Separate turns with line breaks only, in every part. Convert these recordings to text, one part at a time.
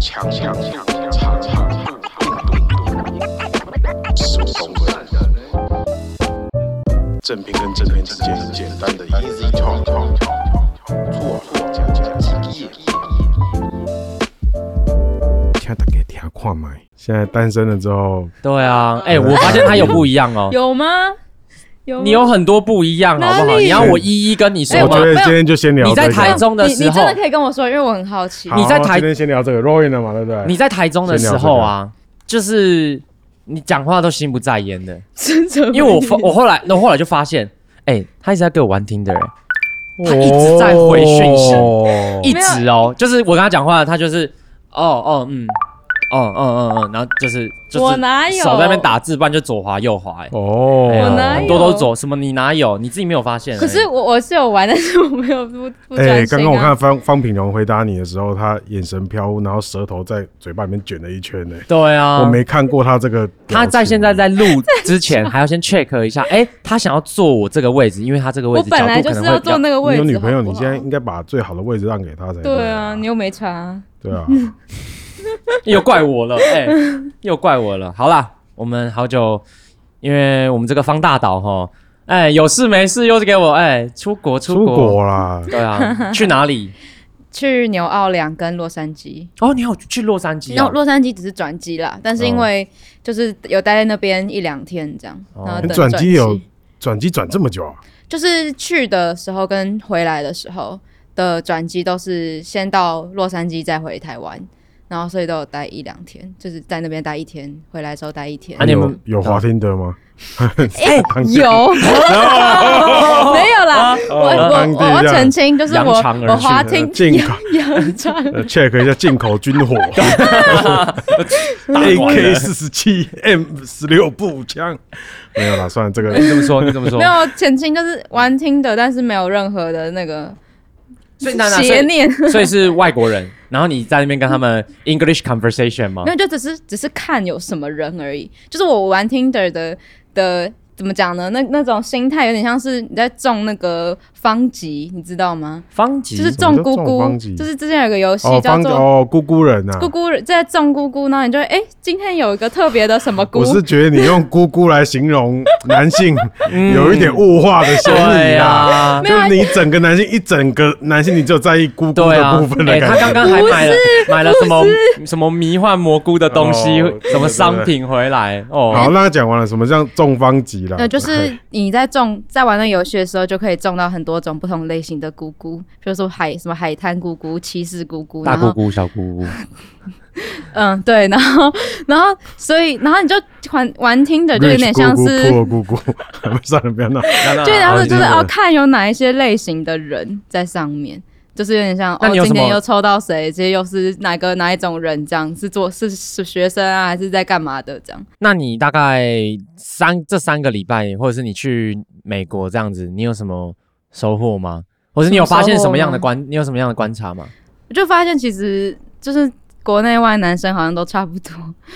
强强强强强强什么东西？正片跟正片之间是简单的 easy talk，错错讲讲几页。
请大家听看麦。现在单身了之后，
对啊，哎、我发现他有不一样哦，
有吗？有吗
你有很多不一样，好不
哪
好？
里
你要我一一跟你
哎
说
我
吗
觉？得今天就先聊
你在
这
台
个。
中的
你
时
你
候
真的，可以跟我说，因为我很好奇。
好
你在台
今天先聊这个 Roy 了嘛，对 不对？
你在台中的时候啊，就是你讲话都心不在焉 的，
真的，
因为我发我后来我后来就发现，哎、他一直在给我玩听的、哎
哦
他一直在回讯息一
没有
直哦，就是我跟他讲话，他就是哦哦嗯。哦哦哦哦，然后就是就是
我哪有
手在那边打字，不然就左滑右滑、哎
哦，
哎呀
我哪
很
有
多都走什么？你哪有？你自己没有发现而已？欸
可是我我是有玩，但是我没有不不专心、啊。
哎，刚刚我看方方品荣回答你的时候，他眼神飘忽，然后舌头在嘴巴里面卷了一圈呢。
对啊，
我没看过他这个表情。
他在现在在录 之前还要先 check 一下，哎、他想要坐我这个位置，因为他这个位
我
置角
本来
度
就
可
是
能
要
会比
坐
较。
那个位
你
置。
有女朋友，
好不
你
好
现在应该把最好的位置让给她才
对
啊
啊，，你又没穿、啊。
对啊，
又怪我了，哎、又怪我了。好啦，我们好久，因为我们这个方大岛哈，哎、有事没事又给我哎、出国 出
出
国，
国啦，
对 啊，去哪里？
去纽奥良跟洛杉矶，
哦，你有去洛杉矶、
然后
啊？
洛杉矶只是转机啦，但是因为就是有待在那边一两天这样，
哦
然后等
转
机
机有转机转这么久啊？
就是去的时候跟回来的时候的转机都是先到洛杉矶再回台湾，然后所以都有待一两天，就是在那边待一天，回来之后待一天
啊。你们
有有滑听的吗？
哎、 有没有啦？我我
当地
我要
这样
澄清，就是我
哦扬长而去
我滑听
进口
扬长
呃 check 一下进口军 火，AK 四十七 M 十六步枪，没有啦，算了，这 个
你怎么说？你怎么说
没？有澄清，就是玩听的，但是没有任何的那个
所以娜娜，所
邪
以
念，
所以是外国人，然后你在那边跟他 们 English conversation 吗
啊
没？有，就只是只是看有什么人而已。就是我玩 Tinder 的的怎么讲呢？那那种心态有点像是你在中那个方吉，你知道吗？
方吉
就是
什么
中
叫
姑
中
姑
方吉，
就是之前有个游戏
哦
叫
方
做
哦姑姑人呐、
姑姑在中姑姑，然后你就会哎、今天有一个特别的什么姑
我，是觉得你用姑姑来形容 男性，有一点物化的嫌
对
疑啊。
啊
没。
就
有啊
是你整个男性一整个男性，你只有在意姑姑
对啊
的部分，的
哎、
感
他
觉。
刚刚还买了买了什么什么迷幻蘑菇的东西，
哦
什么商品回来
好，
哦。
那讲完了，什么叫众方集了？
那就是你在中在玩那个游戏的时候，就可以中到很多种不同类型的姑姑，比如说海什么海滩姑姑、骑士姑姑，然后
姑、小姑姑，
嗯，对，然后，然后，所以，然后你就玩玩听的，就有
Rich
点像是，
哎姑姑、破姑 姑，算了，不要闹。
就有点像是就是
啊
哦
对，
看有哪一些类型的人在上面，就是有点像
那
哦，
你有
今
什
天
么
又抽到谁，今天又是哪个哪一种人，这样是做是是学生啊，还是在干嘛的这样？
那你大概三这三个礼拜，或者是你去美国这样子，你有什么收获吗？或者你有发现什么样的观？你有什么样的观察吗？
我就发现其实就是国内外男生好像都差不多，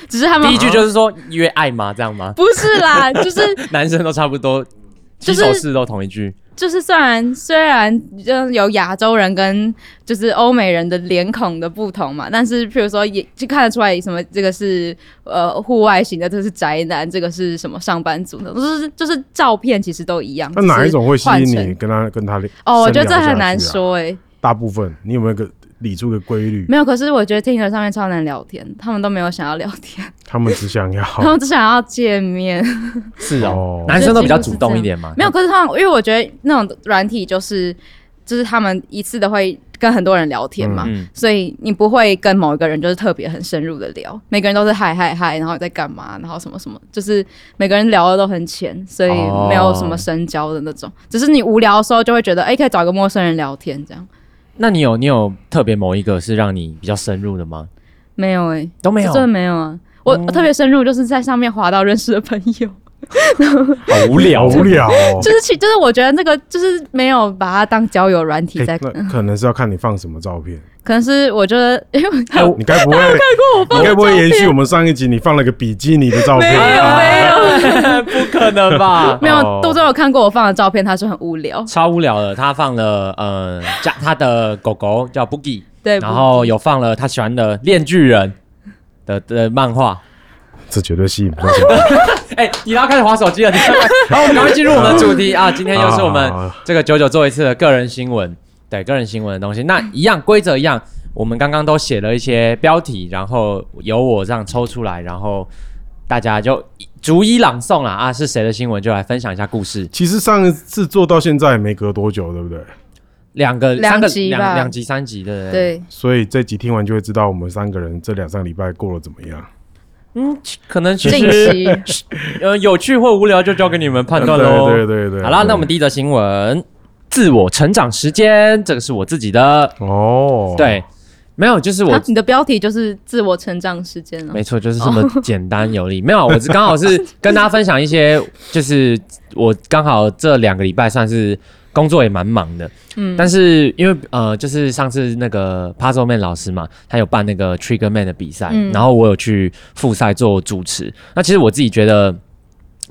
只是他们哦
第一句就是说约爱吗？这样 吗？
不是啦，就是
男生都差不多，起
就是
手式都同一句。
就是虽然虽然就是有亚洲人跟就是欧美人的脸孔的不同嘛，但是譬如说也就看得出来什么这个是呃户外型的，这是宅男，这个是什么上班族的，就是就是照片其实都一样。
那哪一种会吸引
只是换
你？
成
跟他跟他
哦，我觉得
深聊
这
下去啊
很难。说诶、
大部分你有没有个理出个规律？
没有。可是我觉得听着上面超难聊天，他们都没有想要聊天，
他们只 想要
他们只想要见 面。
是哦
哦，
男生都比较主动一点嘛。
没有，可是他们因为我觉得那种软体就是就是他们一次的会跟很多人聊天嘛，
嗯嗯
所以你不会跟某一个人就是特别很深入的聊，每个人都是嗨嗨嗨，然后在干嘛，然后什么什么，就是每个人聊的都很浅，所以
哦
没有什么深交的那种，只是你无聊的时候就会觉得哎、可以找个陌生人聊天这样。
那你有你有特别某一个是让你比较深入的吗？
没有哎、
都没有
这，真的没有啊。我我特别深入，就是在上面滑到认识的朋 友，
好无聊
好无聊哦。
就是其就是我觉得那个就是没有把它当交友软体在
哎，那可能是要看你放什么照片。
可能是我觉得，因为
哎我
你该不会？你该不会延续我们上一集你放了个比基尼的照片？啊
没有没有
有， 不可能吧？
没有
哦，
杜总有看过我放的照片，他说很无聊。
超无聊的，他放了呃，家他的狗狗叫 Boogie，
对，
然后有放了他喜欢的《恋巨人》的的漫画。
这绝对吸引不到钱。
哎、你要开始划手机了，你看看 好，我们赶快进入我们的主题啊！今天又是我 们
啊
这个九九做一次的个人新闻，对个人新闻的东西。那
嗯
一样规则一样，我们刚刚都写了一些标题，然后由我这样抽出来，然后大家就逐一朗诵了啊，是谁的新闻就来分享一下故事。
其实上一次做到现在也没隔多久，对不对？
两个
两
三个
集吧
两两集三集的，
不对，
所以这集听完就会知道我们三个人这两三个礼拜过得怎么样。
嗯，可能其
近
实
期
呃有趣或无聊就交给你们判断喽。
对对对对。
好啦，那我们第一则新闻，自我成长时间，这个是我自己的，
哦，，
对，没有，就是我
啊，你的标题就是自我成长时间哦了。
没错，就是这么简单有力。没 有，我是刚好是跟大家分享一些，就是我刚好这两个礼拜算是工作也蛮忙的，
嗯，
但是因为呃，就是上次那个 Puzzle Man 老师嘛，他有办那个 Trigger Man 的比赛，
嗯
然后我有去复赛做主持。那其实我自己觉得，呃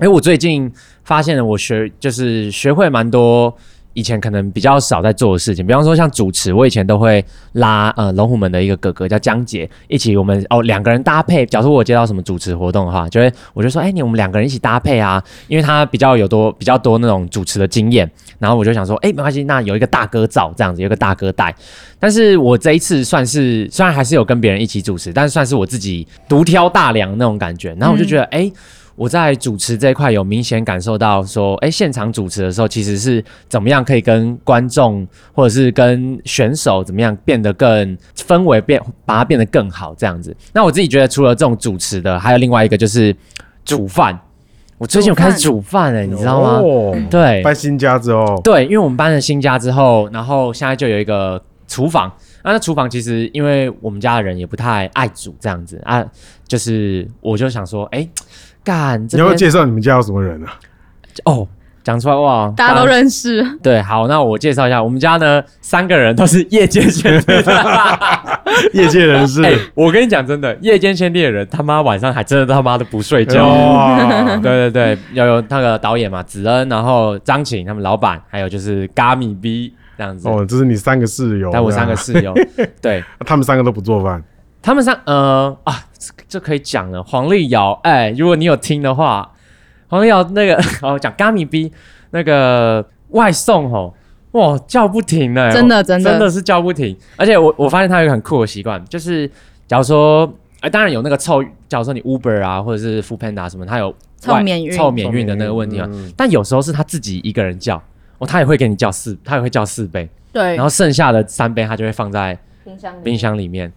因为我最近发现了我学就是学会蛮多。以前可能比较少在做的事情，比方说像主持，我以前都会拉呃龙虎门的一个哥哥叫江杰，一起我们哦两个人搭配。假如说我接到什么主持活动的话，就会我就说哎、你我们两个人一起搭配啊，因为他比较有多比较多那种主持的经验，然后我就想说，哎、没关系，那有一个大哥罩这样子，有一个大哥带。但是我这一次算是虽然还是有跟别人一起主持，但是算是我自己独挑大梁那种感觉。然后我就觉得，哎、我在主持这一块有明显感受到说，哎、现场主持的时候其实是怎么样可以跟观众或者是跟选手怎么样变得更呃氛围变，把它变得更好这样子。那我自己觉得，除了这种主持的，还有另外一个就是煮饭。我最近有开始煮饭了、你知道吗？
哦、
对，
搬新家哦之后，
对，因为我们搬了新家之后，然后现在就有一个厨房。那那厨房其实因为我们家的人也不太爱煮这样子啊，就是我就想说，哎、干这
你要不
边
要介绍你们家有什么人啊？
哦，讲出来哇，
大家都认识，
对。好，那我介绍一下，我们家呢三个人都是夜间 先烈的。
业界人士。
哎、我跟你讲真的，夜间先烈的人他妈晚上还真的他妈的不
哎
睡觉。
哇，
对对对，有有那个导演嘛，子恩，然后张琴他们老板，还有就是嘎米 B 这样子。
哦，这是你三个室友，啊
但我三个室 友，对
他们三个都不做饭，
他们三呃啊，这这可以讲了。黄丽瑶，哎、如果你有听的话，黄丽瑶那个 哦，讲 g a m i B 那个外送吼，哇叫不停呢、
真的
我
真的
真的是叫不停。而且我我发现他有一个很酷的习惯，就是假如说哎、当然有那个凑，假如说你 Uber 啊或者是 Food Panda 什么，他有
凑
外
免运
凑免运的那个问题啊，
嗯
但有时候是他自己一个人叫。哦，他也会给你叫四，他也会叫四杯，
对
然后剩下的三杯他就会放在
冰箱
冰箱里
啊
面，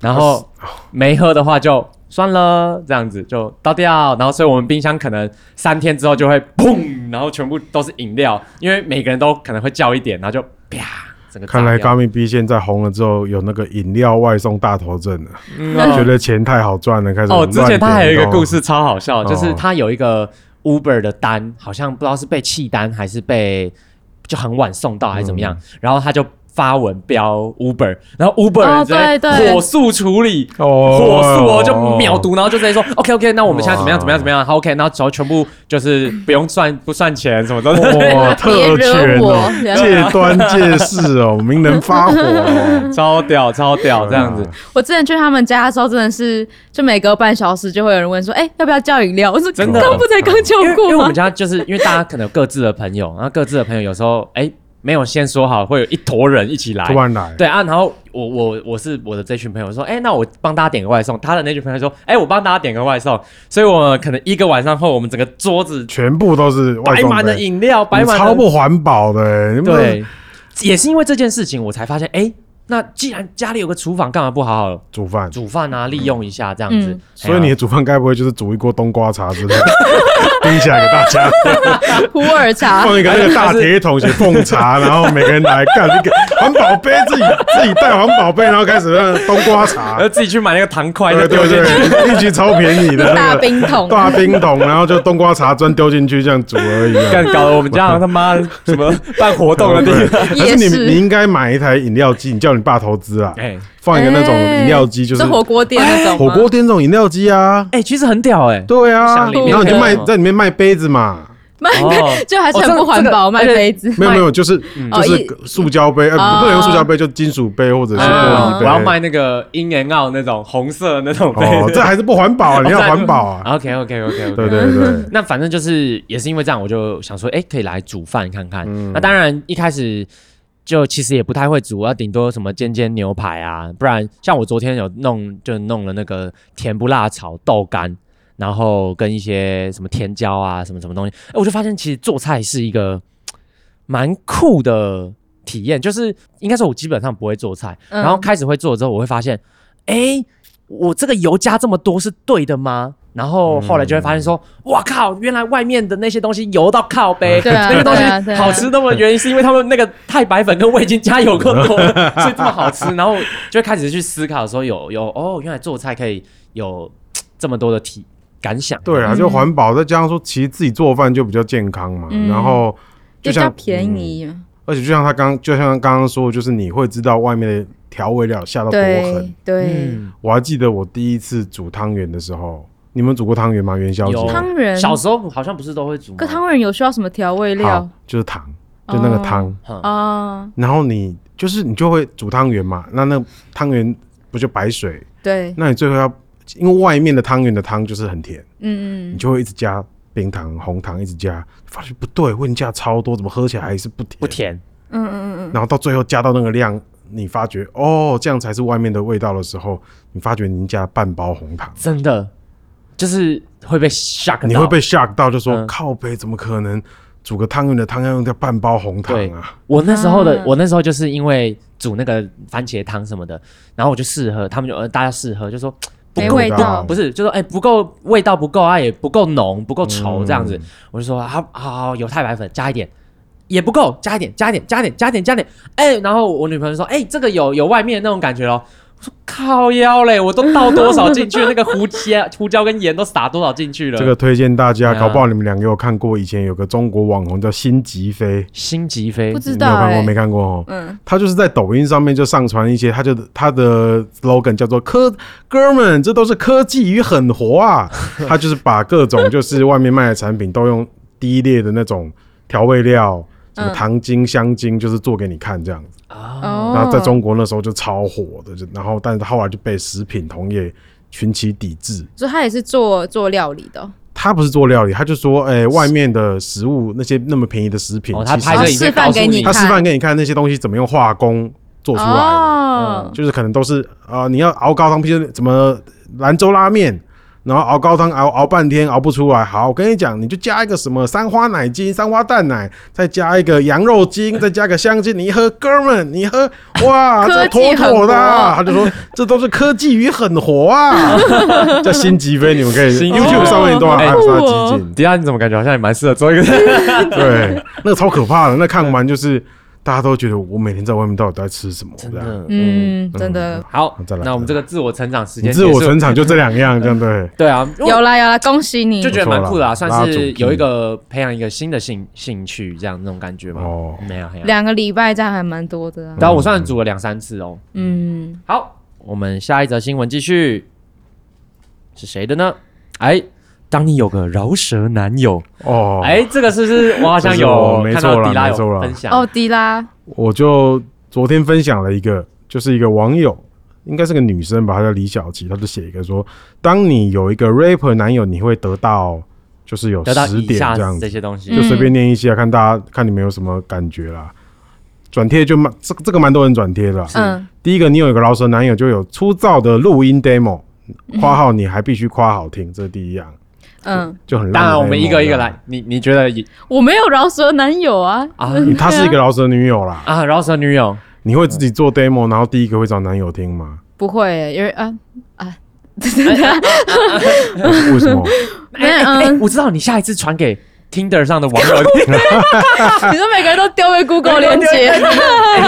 然后
哦
没喝的话就算了，这样子就倒掉。然后，所以我们冰箱可能三天之后就会砰，然后全部都是饮料，因为每个人都可能会叫一点，然后就啪，整个炸
看来
掉
Gummy B 现在红了之后有那个饮料外送大头症了，
嗯
觉得钱太好赚了，开始
哦，之前他还有一个故
事。
事超好笑，
哦
就是他有一个 Uber 的单，好像不知道是被弃单还是被就很晚送到还是怎么样，
嗯
然后他就。发文标 Uber，然后 Uber
哦
人直接
对对
火速处理，
哦
火速哦，就秒读，然后就直接说 OK OK，那我们现在怎么样
哇
怎么样怎么样好，OK，然后然后全部就是不用算不算钱什么的，
哇，特权哦，
别惹我
戒端戒势哦，名人发火哦， 嗯
超屌超屌这样子，
我之前去他们家的时候，真的是就每隔半小时就会有人问说：“哎、要不要叫饮料？”我说：“
真的哦
刚不才刚叫
因为因为
过
我
吗
们家就是因为大家可能有各自的朋友，然后各自的朋友有时候哎没有先说好，会有一坨人一起来，
突然来，
对啊，然后我我我是我的这群朋友说，哎、那我帮大家点个外送。他的那群朋友说，哎、我帮大家点个外送。所以我们可能一个晚上后，我们整个桌子
全部都是外
摆
送
满了饮料，摆
你
满
超
了
不环保的欸，你们
对，也是因为这件事情，我才发现，哎、那既然家里有个厨房，干嘛不好好
煮饭，
煮饭啊，利用一下这样子？哎
嗯
所以你的煮饭该不会就是煮一锅冬瓜茶之类的， 冰起来给大家，？”
普 洱茶，
放一个那个大铁桶写奉茶，然后每个人来干这个环保杯，自己自己带环保杯，然后开始那个冬瓜茶
然，后自己去买那个糖块，
对
再丢
对
进去。
对，一局超便宜的那
大
个
冰桶，
大冰桶，然后就冬瓜茶砖丢进去这样煮而已啊。
干搞得我们家好像他妈什么办活动的地方，
但是
夜
你
市
你应该买一台饮料机，你叫你爸投资啊，
哎
放一个那种
哎
饮料机，就是
是火锅店那种吗
火锅店这种饮料机啊，
哎，其实很屌哎，
对啊，
像里面
然后你就
那
卖
种
在里面卖杯子嘛，
卖杯、
哦
就还是
哦这个
很不环保，
这个而
卖
且
杯子。
没有没有，就是就
哦
是
一
塑胶杯，呃，
哦
不不能用塑胶杯，就金属杯或者是玻璃
嗯
杯。
我要卖那个英年奥那种红色那种杯
哦，
子，哦
这还是不环保啊！你要环保啊！
OK OK OK OK，
对
嗯
对 对，
那反正就是也是因为这样，我就想说，哎、可以来煮饭看看。那当然一开始就其实也不太会煮，要顶多什么煎煎牛排啊，不然像我昨天有弄就弄了那个甜不辣炒豆干，然后跟一些什么甜椒啊，什么什么东西，哎、我就发现其实做菜是一个嘖蛮酷的体验，就是应该说我基本上不会做菜，
嗯
然后开始会做之后，我会发现，哎、我这个油加这么多是对的吗？然后后来就会发现说，
嗯
哇靠！原来外面的那些东西油到靠背，
对啊
那些东
对啊对
西
啊
好吃那么原因是因为他们那个太白粉跟味精加油够 多了，所以这么好吃。然后就会开始去思考说有，有哦，原来做菜可以有嘖这么多的体感想。
对
嗯
啊，就环保，再加上说，其实自己做饭就比较健康嘛。
嗯
然后
就
就
比较
像
便
嗯
宜，
而且就像他刚，就像刚刚说的，就是你会知道外面的调味料下到多
对
狠。
对。
嗯，
我还记得我第一次煮汤圆的时候，你们煮过汤圆吗？元宵
有
节
汤圆
小时候好像不是都会煮吗
可汤圆有需要什么调味料哦
好，就是糖，就那个汤。
哼
啊？
然后你就是你就会煮汤圆嘛，那那汤圆不就白水？
对，
那你最后要，因为外面的汤圆的汤就是很甜，
嗯
你
嗯，
就会一直加冰糖、红糖，一直加，发现不对，问价超多，怎么喝起来还是不甜？
不甜，
嗯嗯嗯
然后到最后加到那个量，你发觉哦，这样才是外面的味道的时候，你发觉你加半包红糖，
真的就是会被 shock 到
你会被 shock 到，就说、
嗯
靠背怎么可能煮个汤圆的汤要用掉半包红糖啊？
我那时候的、
啊
我那时候就是因为煮那个番茄汤什么的，然后我就试喝，他们就呃大家试喝就说不
没
够
味
啊
道
不不是就说哎、不够味道不够啊，也不够浓不够稠这样
嗯
子，我就说啊好好好有太白粉加一点。也不够，加一点，加一点，加一点，加一点，加一点。哎、然后我女朋友说：“哎、这个有有外面那种感觉咯。”我说：“靠腰嘞，我都倒多少进去了？那个 胡椒、胡椒跟盐都撒多少进去了？”
这个推荐大家，
对啊
搞不好你们两个有看过，以前有个中国网红叫辛吉飞，
心急
嗯，
飞
不知
你
道
有看过
哎
没，看过哦？
嗯，
他就是在抖音上面就上传一些，他就他的 slogan 叫做科哥们，这都是科技与狠活 啊！他就是把各种 就是外面卖的产品都用低劣的那种调味料。什么
嗯
糖精、香精，就是做给你看这样子。
啊，
哦，
然后在中国那时候就超火的，就然后但是后来就被食品同业群起抵制。
所以他也是做做料理的哦，
他不是做料理，他就说，哎、外面的食物那些那么便宜的食品，
哦他
其实
拍
哦
这个影
示
片
范
告诉
给
你
你
他
看，
示范给你看那些东西怎么用化工做出来的。
哦，
就是可能都是啊、呃你要熬高汤，譬如怎么兰州拉面，然后熬高汤熬熬半天熬不出来，好，我跟你讲，你就加一个什么三花奶精、三花蛋奶，再加一个羊肉精，再加个香精，你一喝，哥们，你一喝，哇，
科
这
技
妥妥的啊，他
狠
就说这都是科技与狠活啊，叫辛吉飞，你们可以
辛吉
YouTube 上面都要
哦
还有他的集
好
锦，
迪亚，你怎么感觉好像也蛮适合做一个？
对， 那个超可怕的，那看完就是大家都觉得我每天在外面到底在吃什么，这样。
嗯，真的
好
再，来
那我们这个自我成长时
你
间，
自我成长就这两样，这样对。
对啊，
嗯
因为
有啦有啦，恭喜你
就，觉得蛮酷的啊，
不错
算
啦
是
拉主题
有一个培养一个新的兴兴趣，这样那种感觉嘛。
哦
没有，没有。
两个礼拜这样还蛮多的啊，
但我算煮了两三次哦。
嗯，
好，我们下一则新闻继续，是谁的呢？哎，当你有个饶舌男友，
哦，
哎，这个是不是我好像有
这是我
看到
没错啦
迪拉
没错
有
啦
分享
哦，迪拉，
我就昨天分享了一个，就是一个网友，应该是个女生吧，她叫李小琪，她就写一个说，当你有一个 rapper 男友，你会得到就是有
得到
十
以
点
下
这样
这
子，
些东西
嗯，
就随便念一下，看大家看你们有什么感觉啦。转贴就蛮这个这个蛮多人转贴的啦。
嗯，
第一个，你有一个饶舌男友，就有粗糙的录音 demo，夸号你还必须夸好听，这是第一样，
嗯，
就很烂的
当然我们
demo
一个一个
这样
来。，你你觉得也
我没有饶舌男友啊，
啊
嗯她是一个饶舌女友啦，
啊饶舌女友
你会自
嗯
己做 demo，然后第一个会找男友听吗？
不会欸，因为啊啊，
为什 么？
没有，
哎、
嗯，
我知道你下一次传给 Tinder 上的网友，你
你说每个人都丢给 Google 连接，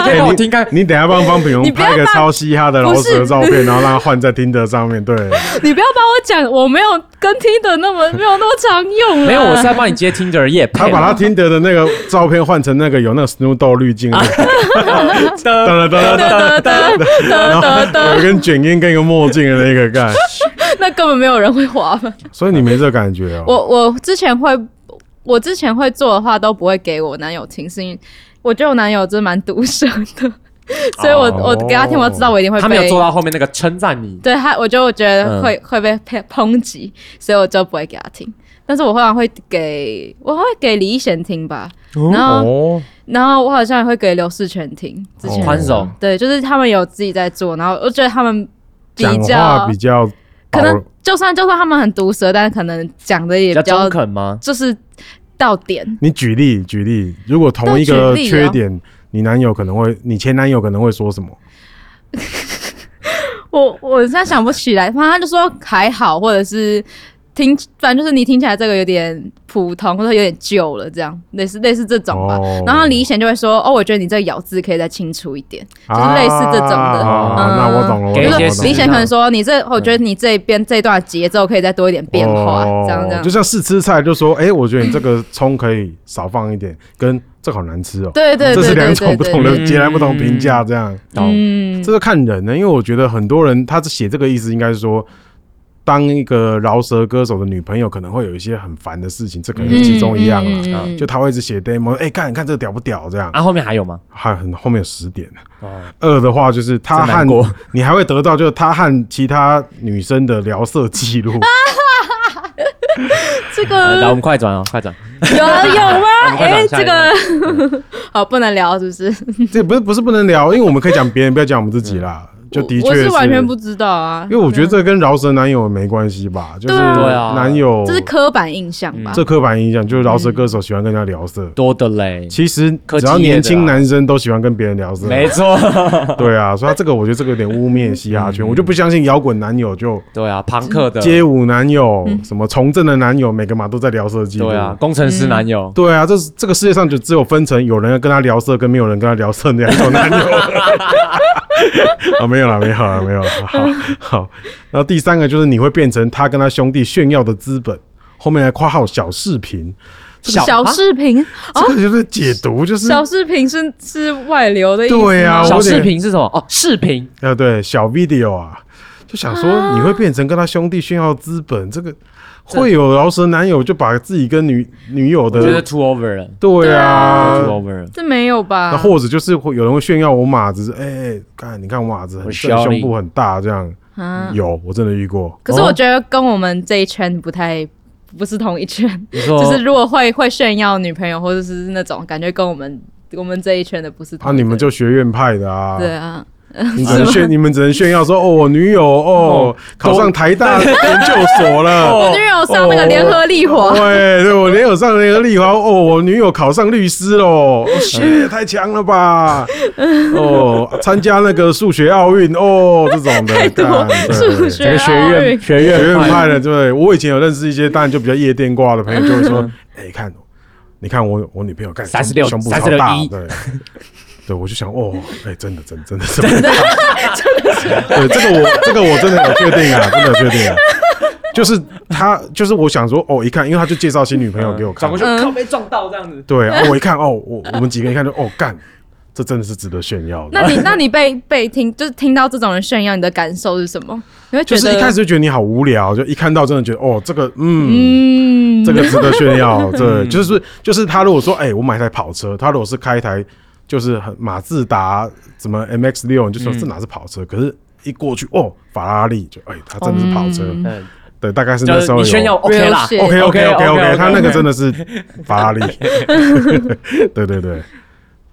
可以哎帮我听看。
哎你等一下帮方 品
你
荣
不要
拍个
把
超嘻哈的饶
不
舌
是
照片，然后让他换在听的上面。对，
你不要把我讲，我没有跟听的那么没有那么常用啊。
没有，我是在帮你接 Tinder 夜配。
他把他听得的那个照片换成那个有那个 Snoop Dogg 滤 镜的，
的
哒哒哒哒，
得得得得
有
得，
一根卷烟跟一个墨镜的那个干，
那根本没有人会滑吧。
所以你没这感觉哦。
我我之前会我之前会做的话都不会给我男友听，是因为我觉得我男友真的蛮毒舌的， 所以我、
哦
我给他听，我知道我一定会被
他没有做到后嗯面那个称赞你，
对他，我觉得我觉得会、会被抨抨击，所以我就不会给他听。但是我后来会给，我会给李易贤听吧，然后、
哦，
然后我好像也会给刘世全听。之前、
哦
宽手
对，就是他们有自己在做，然后我觉得他们比
讲话
较
比较
可能
保
就算就算他们很毒舌，但可能讲的也
比
比
较
较
中肯吗？
就是到点。
你举例举例，如果同一个
对举例
缺
哦
点，你男友可能会，你前男友可能会说什么？
我我现在想不起来，反正他就说还好，或者是听，反正就是你听起来这个有点普通，或者有点旧了，这样类似类似这种吧。
哦
然后李贤就会说：“哦，我觉得你这个咬字可以再清楚一点。
啊
类似这种的
啊
嗯
那我懂了，”我
给
就
懂
一些
是
了我
时
懂
间
李
了。
贤可能说：“你这，我觉得你这边这一段节奏可以再多一点变化，这样这
哦就
样。”
像试吃菜，就说，哎，我觉得你这个葱可以少放一点，跟这好难吃哦，
对对
这是
对
两
对
种
对
不同
对，
的
对
截然不同评价，这样。
懂
嗯，
这是看人呢，因为我觉得很多人他写这个意思，应该是说，当一个饶舌歌手的女朋友可能会有一些很烦的事情，这可能是其中一样
嗯嗯嗯
啊。
嗯
就他会一直写 demo，哎、看看这个屌不屌这样，
啊，后面还有吗？
还很后面有十点。
哦，
二的话就是他
真难
和
过
你还会得到就是他和其他女生的聊色 记录，
这
来， 我
个
们快转哦，快转。
有有吗？
我们快转
哎，
下
这
一个
个 好不能聊，是不是？
这不是不是不能聊，因为我们可以讲别人，不要讲我们自己啦。
嗯
就的
我
确
是完全不知道啊，
因为我觉得这跟饶舌男友没关系吧，就
对
是
啊
对啊
男友
这是刻板印象吧？
这刻板印象，就是饶舌歌手喜欢跟人家聊色。
多的嘞，
其实
嗯科
只
技
要
业的
年轻
啊
男生都喜欢跟别人聊色，
没错，
对啊，所以他这个我觉得这个有点污蔑嘻哈
嗯
圈，我就不相信摇滚男友就
对啊，朋克的，
街舞男友
嗯
什么从政的男友，每个嘛都在聊色记录
对啊，工程师男友，
对啊，这是这个世界上就只有分成有人跟他聊色跟没有人跟他聊色的两种男友。 啊，没有啦，没有啦，没有啦。好，好。然后第三个就是你会变成他跟他兄弟炫耀的资本，后面还括号小视频，
小
啊
视频，
这个就是解读，就是
小视频是是外流的意思吗。
对啊我
小
有
视
点
频是什么？哦，视频，
啊，对，小 video 啊，就想说你会变成跟他兄弟炫耀资本，这个会有饶舌男友就把自己跟女女友
我觉得
的，
too over 了
对呃啊，
，too over 了。
这没有
那
吧？
或者就是会有人会炫耀我马子，哎、哎，看、你看我马子很
我
正，
小
胸
你
部很大，这样、
啊，
有我真的遇过。哦
可是我觉得跟我们这一圈不太不是同一圈，
你
哦
说
就是如果会会炫耀女朋友或者是那种感觉跟我们我们这一圈的不是同
啊，
一圈
你们就学院派的啊，
对啊，
你只能炫，你们只能炫耀说哦，我女友哦考上台大研究所了，
哦
哦哎
我女友上那个联合利华，
对对，我女友上联合利华，哦，我女友考上律师喽，学太强 了吧，哦，参加那个数学奥运哦，这种的，干对
数
整
学
个学
奥
院
运
学
学院
院
派的，对我以前有认识一些，当然就比较夜店挂的朋友，就会说，哎，看，你看我我女朋友干
36
胸部超大，
36
对。 对，我就想，哦，哎、真的，真真的，真 的，对，这个我，这个我真的有确定啊，真的有确定啊，就是他，就是我想说，哦，一看，因为他就介绍新女朋友给我
转
看，
过去靠没撞到这样子，
对，啊、我一看，哦，我我们几个一看就，哦，干，这真的是值得炫耀的。
那你那你被被听就是听到这种人炫耀，你的感受是什么？你会觉
就
得
是一开始就觉得你好无聊，就一看到真的觉得哦，这个嗯
嗯
这个值得 炫耀。
嗯
对，就是就是他如果说，哎、我买台跑车，他如果是开一台就是很马自达什么 MX 六，你就说
嗯
这哪是跑车？可是一过去哦，法拉利就哎、它真的是跑车。
嗯，
对，大概是
就
那时
是
候
你
有。
炫耀 OK 啦
Real shit
OK OK OK OK，
OK，OK，OK，
他那个真 的是法拉利。 对对对。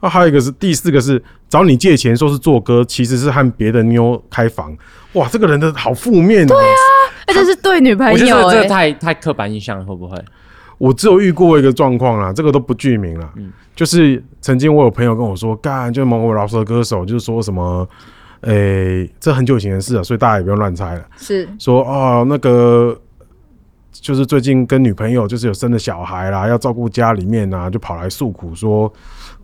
啊，还有一个是第四个是找你借钱，说是做歌，其实是和别的妞开房。哇，这个人的好负面哦、
啊
而且是对女朋
我觉
友
得这
哎
个，太太刻板印象了，会不会？
我只有遇过一个状况啦，这个都不具名啦。就是曾经我有朋友跟我说，干，就某某饶舌歌手，就是说什么，诶、这很久以前的事啊了，所以大家也不用乱猜了。
是
说哦，那个就是最近跟女朋友就是有生了小孩啦，要照顾家里面啊，就跑来诉苦说，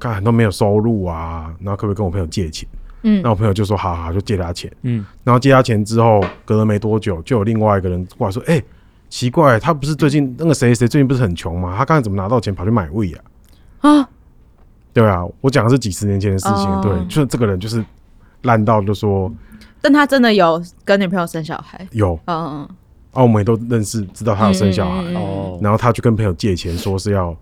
干都没有收入啊，然后可不可以跟我朋友借钱？
嗯
那我朋友就说好好，好就借他钱。
嗯，
然后借他钱之后，隔了没多久，就有另外一个人过来说，哎、奇怪，他不是最近那个谁谁最近不是很穷吗？他刚才怎么拿到钱跑去买胃啊？
啊，
对啊，我讲的是几十年前的事情，
哦
对，就是这个人就是烂到就说
但他真的有跟女朋友生小孩。
有，啊
嗯，
澳门都认识，知道他有生小孩，
嗯嗯嗯
哦，
然后他去跟朋友借钱，说是要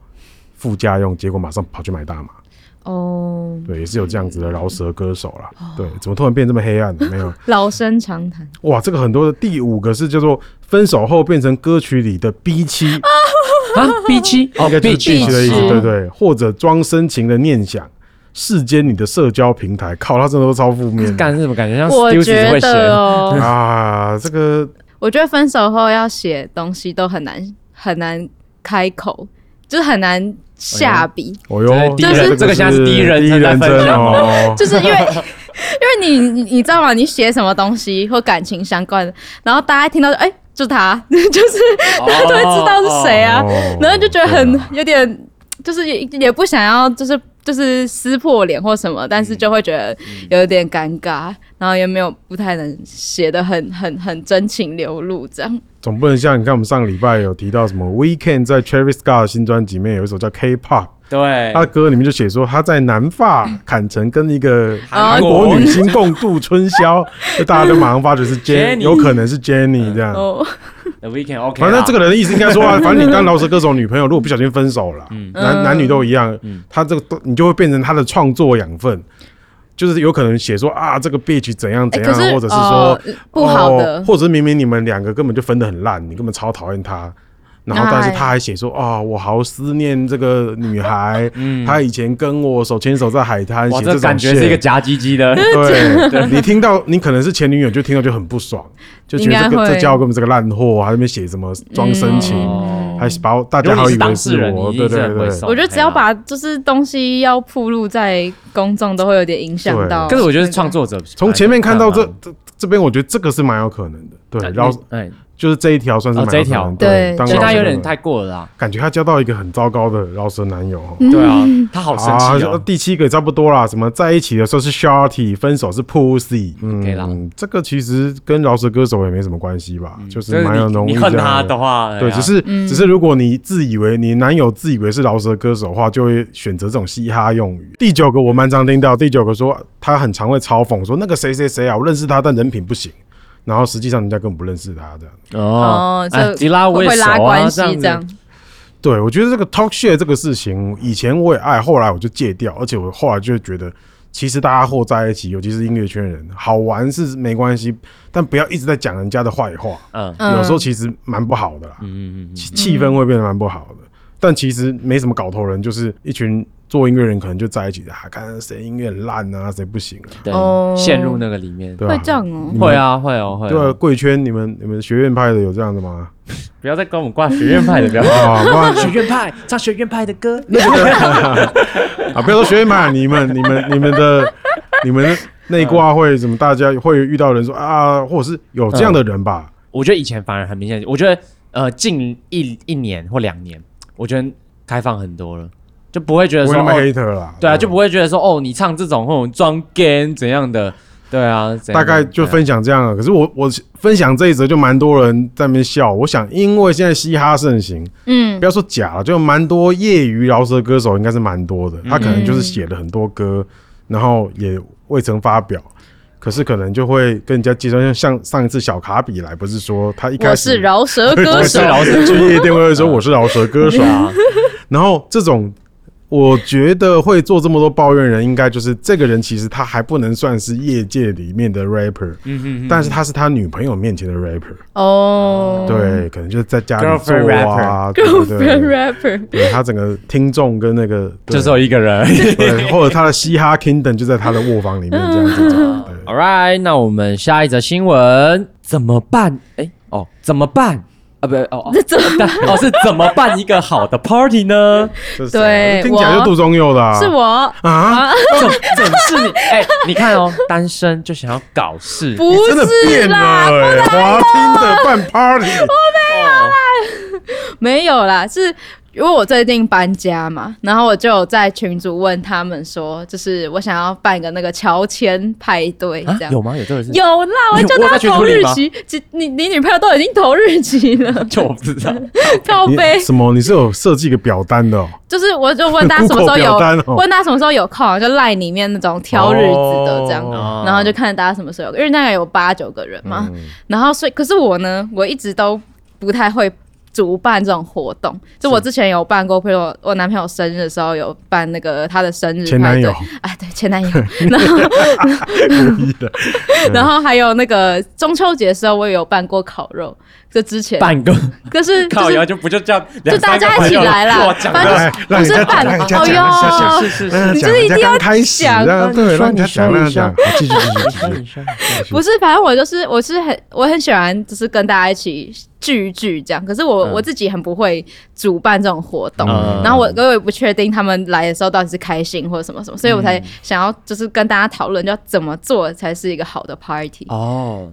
付家用，结果马上跑去买大麻。
嗯
哦，
对，也是有这样子的饶舌歌手
哦
啦。对，怎么突然变这么黑暗呢？没有
老生常谈，
哇，这个很多的第五个是叫做分手后变成歌曲里的逼妻，应
啊，B 七哦
该就是
，B
逼
七
妻的意思，
哦
对对，或者装深情的念想。世间你的社交平台，靠，他真的都超负面的
干什么感觉像
我
Stussy
觉
会
得
写
哦，
啊！这个
我觉得分手后要写东西都很难很难开口，就是很难下笔，
哦
这
哟，
是第一人这个现在是第一人
第一
称在
人
分
称
享
哦，
就是因为因为你你你知道吗？你写什么东西或感情相关的，然后大家一听到就哎、就他， 就是
哦
大家都会知道是谁啊，
哦
然后就觉得
对
很
啊
有点，就是也也不想要，就是就是撕破脸或什么，但
嗯
是就会觉得有点尴尬，然后也没有不太能写的很很很真情流露这样。
总不能像你看我们上个礼拜有提到什么 Weekend 在 Travis Scott 的新专辑里面有一首叫 K-pop，
哎
对
他的歌里面就写说他在南法坎城跟一个
韩
韩
国
国女星共度春宵，就大家都马上发觉是 Jen，
Jennie
有可能是 Jenny 这样。
哦，
The Weekend OK，
反正这
个
个人的意思应该说啊，反正你当饶舌歌手女朋友，如果不小心分手了，男
嗯
男女都一样，他这个你就会变成他的创作养分，就是有可能写说啊，这个 bitch 怎样
哎、
怎
可
样，
是
或者是说
哦不好
哦
的，
或者是明明你们两个根本就分得很烂，你根本超讨厌他。然后，但是
哎
他还写说：“哦，我好思念这个 女孩，她以前跟我手牵手在海滩。”
嗯哇，
写
这
种
感觉是一 个夹鸡 鸡的，
shit 对，你听到你可能是前女友，就听到就很 不爽，就觉得这
应该
个
会
这家伙根本是个烂货，还在那边写什么装深情，
哦
还把我大家
如
还
果
以
你是
为
当事人
我，
你一
对
定
对
是很
对
会，受
嗯我觉得只要把就是东西要铺露在公众，都会有点影响到。
可是我觉得是创作者
从前面看到这这这边，我觉得这个是蛮有可能的，对，然后
哎，
就是这一条算是
哦
蛮
这一
有可
条
能的
对
当
所以他
饶舌
有
歌
点
手
太过了啦。
感觉她交到一个很糟糕的饶舌男友
嗯
哦。
对 啊，他好生
啊
气，哦。
第七个也差不多啦。什么在一起的时候是 shorty，分手是 pussy。
OK 啦
嗯，这个其实跟饶舌歌手也没什么关系吧，就
嗯
是
就
蛮有
是
浓
你
郁
你恨
这
他
样
的。话，
对，
哎呀
只是只是如果你自以为你男友自以为是饶舌歌手的话，就会选择这种嘻哈用语。第九个我蛮常听到，第九个说他很常会嘲讽说那个谁谁谁啊，我认识他，但人品不行。然后实际上人家根本不认识他这样。
哦
哦，这
吉拉我
会
也
会
熟
拉
啊
关系
这
这样
样子。
对，我觉得这个 talk share 这个事情，以前我也爱，后来我就戒掉，而且我后来就觉得，其实大家和在一起，尤其是音乐圈人，好玩是没关系，但不要一直在讲人家的坏话，
嗯嗯
嗯
有时候其实蛮不好的啦，
嗯嗯嗯，
气气氛会变得蛮不好的。但其实没什么搞头人，就是一群做音乐人可能就在一起的，啊，看谁音乐烂啊，谁不行啊，
对
哦，
陷入那个里面，
对吧、
会这样哦
你，们
会啊会哦会
对啊，
哦，
贵圈你们你们学院派的有这样的吗？
不要再跟我们挂学院派的标签。
啊，不 然
学院派唱学院派的歌，
啊，不要说学员嘛，你们、你们、你们的、你们的内挂会怎么？大家会遇到人说啊，或者是有这样的人吧？
我觉得以前反而很明显，我觉得呃近一一年或两年，我觉得开放很多了，就不会觉得
不会
说
那么
哦
hater 啦。
对啊，就不会觉得说哦你唱这种或者装 gay 怎样的，对啊，怎样
大
的
概就分享这样了。可是我我分享这一则就蛮多人在那边笑。我想，因为现在嘻哈盛行，
嗯
不要说假了，就蛮多业余饶舌歌手应该是蛮多
嗯
的。他可能就是写了很多歌，然后也未曾发表。可是可能就会跟人家介绍，像像上一次小卡比来，不是说他一开
我
始
是饶舌 歌手
对，
饶舌
去夜店会说我是饶舌歌手
对， 啊，
然后这种。我觉得会做这么多抱怨人，应该就是这个人，其实他还不能算是业界里面的 rapper，
嗯嗯嗯，
但是他是他女朋友面前的 rapper，
哦，
对，可能就是在家里做
Girlfriend
啊，对对
Girlfriend
对，
rapper，
对他整个听众跟那个，对
就是有一个人。
对，或者他的嘻哈 kingdom 就在他的卧房里面这样子
嗯
找，对
All right，那我们下一则新闻怎么办？哎，哦，怎么办？啊，不，哦哦， 怎么办？哦，是怎么办一个好的 party 呢？
这是
对
听起来就
我
杜中佑的啊，
是我，
啊，
怎怎是你？哎，你看哦，单身就想要搞事，
不
你真的
是
变了
啦，
欸，滑听的办 party，
没有啦，是因为我最近搬家嘛，然后我就有在群组问他们说，就是我想要办一个那个乔迁派对
啊
这样。
有吗？有这个事？
有啦，我
有
叫
我有
他
在群
投
组里
日
吗，
期，其你你女朋友都已经投日期 了
就我不知道。
靠
你
背。
什么？你是有设计一个表 单的、哦？
就是我就问大家什么
Google
时候有
表单哦，
问大家什么时候有空，就赖里面那种挑日子的这样，啊
哦
然后就看大家什么时候有，因为大概有八九个人嘛，
嗯
然后所以可是我呢，我一直都不太会。主办这种活动，就我之前有办过，譬如我我男朋友生日的时候有办那个他的生日
前
派
男
对
友，嗯
哎，对前男 友，然后
故意的，
然后还有那个中秋节的时候我也有办过烤肉，就之前，
半 个
可是
靠
就是
腰就不就叫
就大家一起来啦
我，讲
反
的
来
正
让
不是
人家
办，
讲
哦
让人家讲
哟，
哎是是是，
让他
你
哎讲，
就是一
人家
定要
刚开始
讲
啊，对，让人家讲，让
你说
人家讲，
你
好，继续继续继续。
嗯
不是，反正我就是我是很我很喜欢，就是跟大家一起聚一聚这样。可是我、
嗯
我自己很不会主办这种活动，
嗯
然后我我也不确定他们来的时候到底是开心或者什么什么，所以我
嗯
才想要就是跟大家讨论要怎么做才是一个好的 party。
哦，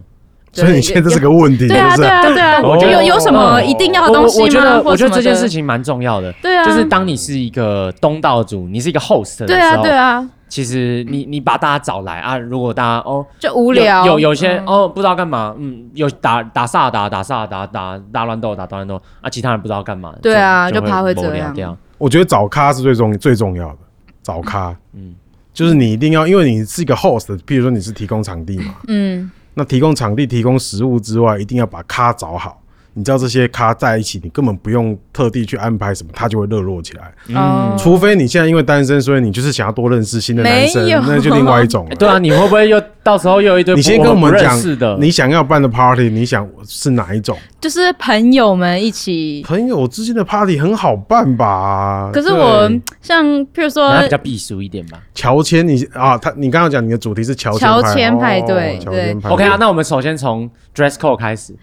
对
所以你现在这是个问题，
对啊
是哦不
对
是？
啊对啊，
我觉得
有有什么一定要的东西吗？
我我觉得我觉
或什
得
么
这件
的
事情蛮重要的。
对啊，
就是当你是一个东道主，你是一个 host 的时
对啊
候，
对啊，
其实你你把大家找来啊，如果大家哦
就无聊，
有有有些、
嗯
哦不知道干嘛，嗯，有打打萨达打萨达打打乱斗打打乱斗啊，其他人不知道干嘛，
对啊
就
就怕会
无
这
聊
样
掉
我觉得找咖是最重最重要的，找咖，嗯
嗯，
就是你一定要，因为你是一个 host，譬如说你是提供场地嘛，
嗯，
那提供场地、提供食物之外，一定要把咖找好。你知道这些咖在一起，你根本不用特地去安排什么，它就会热络起来。
嗯
哦
除非你现在因为单身，所以你就是想要多认识新的男生
没，有
那就另外一种了
哎。对啊，你会不会又到时候又有一堆
你先跟我
我
们
不认
讲
识的，
你想要办的 party，你想是哪一种？
就是朋友们一起。
朋友之间的 party 很好办吧？
可是我
对
像譬如说
然后比较避俗一 点吧。
乔迁你啊，他你刚刚讲你的主题是乔
乔
迁
迁
派
派对
哦乔迁派对
OK 啊，那我们首先从 dress code 开始，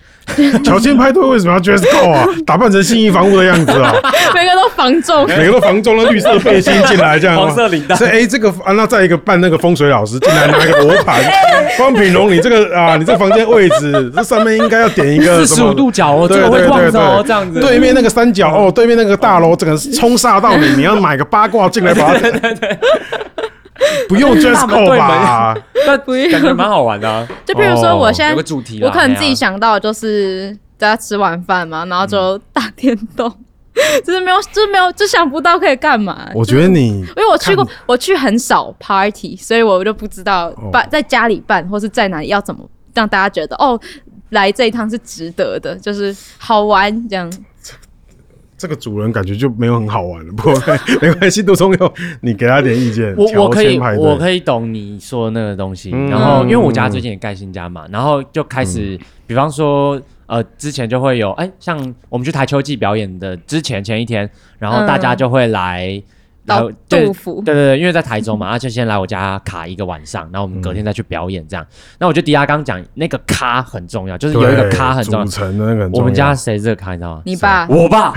乔迁派对为什么要 dress code 啊？ 打扮成信义房屋的样子 啊，
每个都防 重，
每个都防中了绿色背心进来这样吗，
黄色领带
所以哎，这个啊，那再一个扮那个风水老师进来拿一个罗 盘，
哎
光品龙，你这个啊，你这房间位置这上面应该要点一个
四
什
十五
么？
度角哦，这
对
个
对
会
对
晃着哦
对，，
这样子。嗯
对面那个三角哦，对面那个大楼，整个冲煞到你，你要买个八卦进来把它。 对对对，不用 dress
大门对
code
门
吧？
那感觉蛮好玩的啊。
就譬如说，我现
有
在
个主题啦，
我可能自己
哎呀，
想到的就是大家吃晚饭嘛，然后就
嗯
打电动，就是没有，就是没有，就想不到可以干嘛。
我觉得你
因为我去过，我去很少 party，所以我就不知道
哦
办、在家里办或是在哪里要怎么让大家觉得哦，来这一趟是值得的，就是好玩这样。
这个主人感觉就没有很好玩了，不过哎没关系，杜松佑，你给他点意见。
我我可以
乔迁派对
我可以懂你说的那个东西。
嗯
然后因为我家最近也盖新家嘛，然后就开始，比方说。呃，之前就会有，哎、像我们去台秋季表演的之前前一天，然后大家就会来，然
嗯到
后对
杜甫，
对对对，因为在台 中嘛，啊他就先来我家卡一个晚上，然后我们隔天再去表演这样。那我觉得迪亚刚讲那个咖很重要，就是有一个
对
咖很重要
组。成的那个很重要
我们家谁是这个咖你知道吗？
你爸
我爸，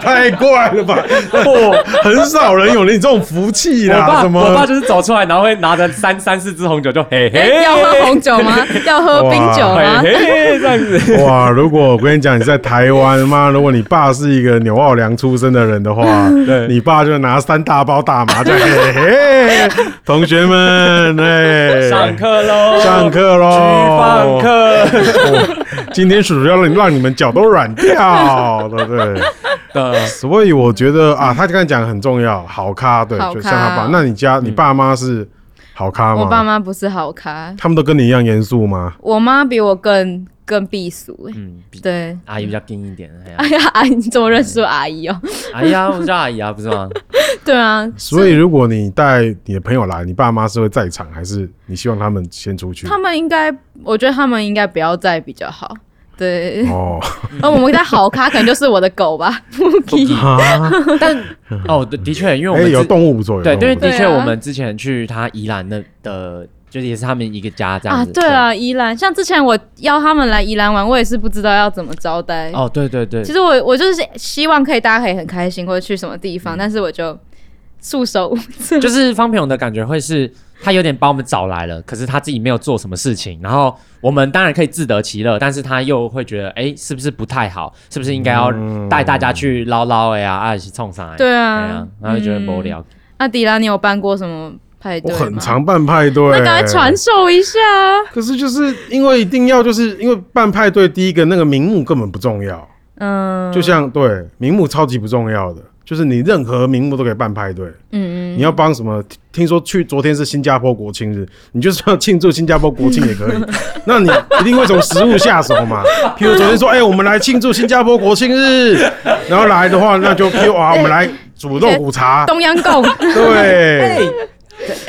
太怪哎了吧，
我
很少人 有你这种福气
我
啦，
爸
什么
我爸就是走出来，然后会拿着三三四支红酒，就嘿
哎
嘿，
要喝红酒吗？ 要喝冰酒
嘿
吗？
嘿这样子。
哇！如果我跟你讲你在台湾，妈，如果你爸是一个纽奥良出生的人 的话，
对
你爸就拿三大包大麻将，嘿嘿，同 学们，哎，
上课喽，
上课喽，
去放 课
今天叔叔要让你让你们脚都软掉，对 不对？
的。
所以我觉得啊，他刚才讲得很重要，好咖，对，
好
就
咖
像他爸。那你家你爸妈是好咖吗？
我爸妈不是好咖，
他们都跟你一样严肃吗？
我妈比我更更避俗、欸
嗯，比
对。
阿姨比较硬一点。
哎
哎呀
呀，阿姨，你怎么认识我阿姨哦？
阿姨啊，我叫阿姨啊，不是 吗？
对啊，
所以如果你带你的朋友来，你爸妈是会在场，还是你希望他们先
嗯
出去
他？们应该，我觉得他们应该不要在比较好。对，
哦，
那、我们家好咖可能就是我的狗 吧，Boogie。
啊，
但哦，的的确，因为我
哎，
们
有
自
动物不错，有
对，
动
因
物
为
不错
的
对
确，
啊
我们之前去他宜兰的的，就是也是他们一个家这样
啊，
子。
对啊，宜兰，像之前我邀他们来宜兰玩，我也是不知道要怎么招待。
对，哦，对对对
其，实我我就是希望可以大家可以很
嗯
开心，或者去什么地方，但是我就束手无策。
就是方平勇的感觉会是他有点把我们找来了，可是他自己没有做什么事情，然后我们当然可以自得其乐，但是他又会觉得，哎、是不是不太好？是不是应该要
嗯
带大家去捞捞哎呀，啊，一起冲上来？
对
哎呀
啊，嗯
然后就觉得无聊。
那迪拉，你有办过什么派
我
对吗？
很常办派对，
那赶快传授一下啊。
可是就是因为一定要，就是因为办派对，第一个那个名目根本不重要，
嗯，
就像对名目超级不重要的，就是你任何名目都可以办派对。
嗯嗯，
你要帮什么？听听说去昨天是新加坡国庆日，你就是要庆祝新加坡国庆 也可以。那你一定会从食物下手嘛？譬如昨天说，哎、我们来庆祝新加坡国庆日，然后来的话，那就譬如啊，我们来煮肉骨茶，
啊
东阳 贡，
对。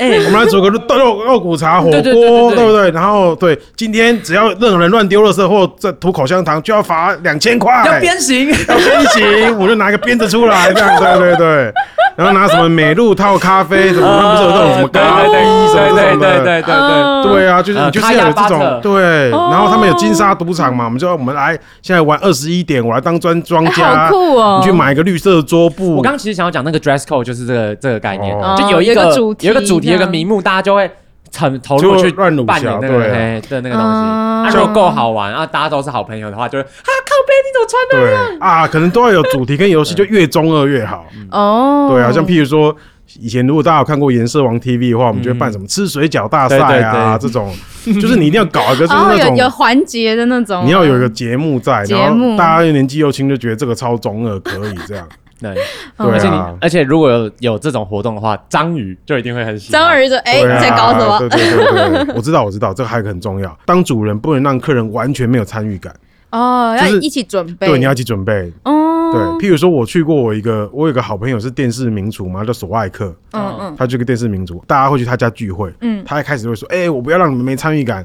哎、
我们来煮个肉肉肉骨茶火锅，
对对对对对
对不对？然后对，今天只要任何人乱丢垃圾或再吐口香糖，就要罚两千块，
要鞭 刑。
要鞭刑，我就拿个鞭子出来，这样对对对。然后拿什么美露套咖啡，什么他们不是有那种什么咖啡什么
对
这种
对对
的，
对对对。
嗯
对啊，就是
呃
你就是要有这
卡亚巴特
种对。
哦
然后他们有金沙赌场嘛，我们就哦我们来现在玩二十一点，我来当专庄
哎
家
好，酷哦！
你去买一个绿色的桌布，
我刚刚其实想要讲那个 dress code 就是这个这个概念，
哦
就有一
有一
个
个主题
有一个主题，
这
有一
样
个名目，大家就会很投入
就
去
乱入
扮演
小
那个
对啊
嘿的那个东西。
嗯
啊，如果够好玩，啊，大家都是好朋友的话，就会啊靠背你怎么穿的？
对啊，可能都要有主题跟游戏，就越中二越好。
哦，
对啊，像譬如说，以前如果大家有看过颜色王 TV 的话，我们就会办什么吃水饺大赛啊
对
这种，就是你一定要搞一个，就是
哦，
那
有有
种
环节的那种，啊
你要有一个节目在，
哦节
然
目
后大家又年纪又轻，就觉得这个超中二，可以这样。
对，
对
而且你
啊，
而且如果有有这种活动的话，章鱼就一定会很喜欢。
张儿就哎
对啊
在搞什么
对？对对对对， 我知道我知道，这个还有一个很重要，当主人不能让客人完全没有参与感，
哦，要
就是
一起准备，
对，你要去准备。对，
哦，
譬如说我去过我一个，我有一个好朋友是电视名厨嘛，叫索爱克，
嗯嗯
他就个电视名厨，大家会去他家聚会，
嗯
他一开始会说，哎、我不要让你们没参与感，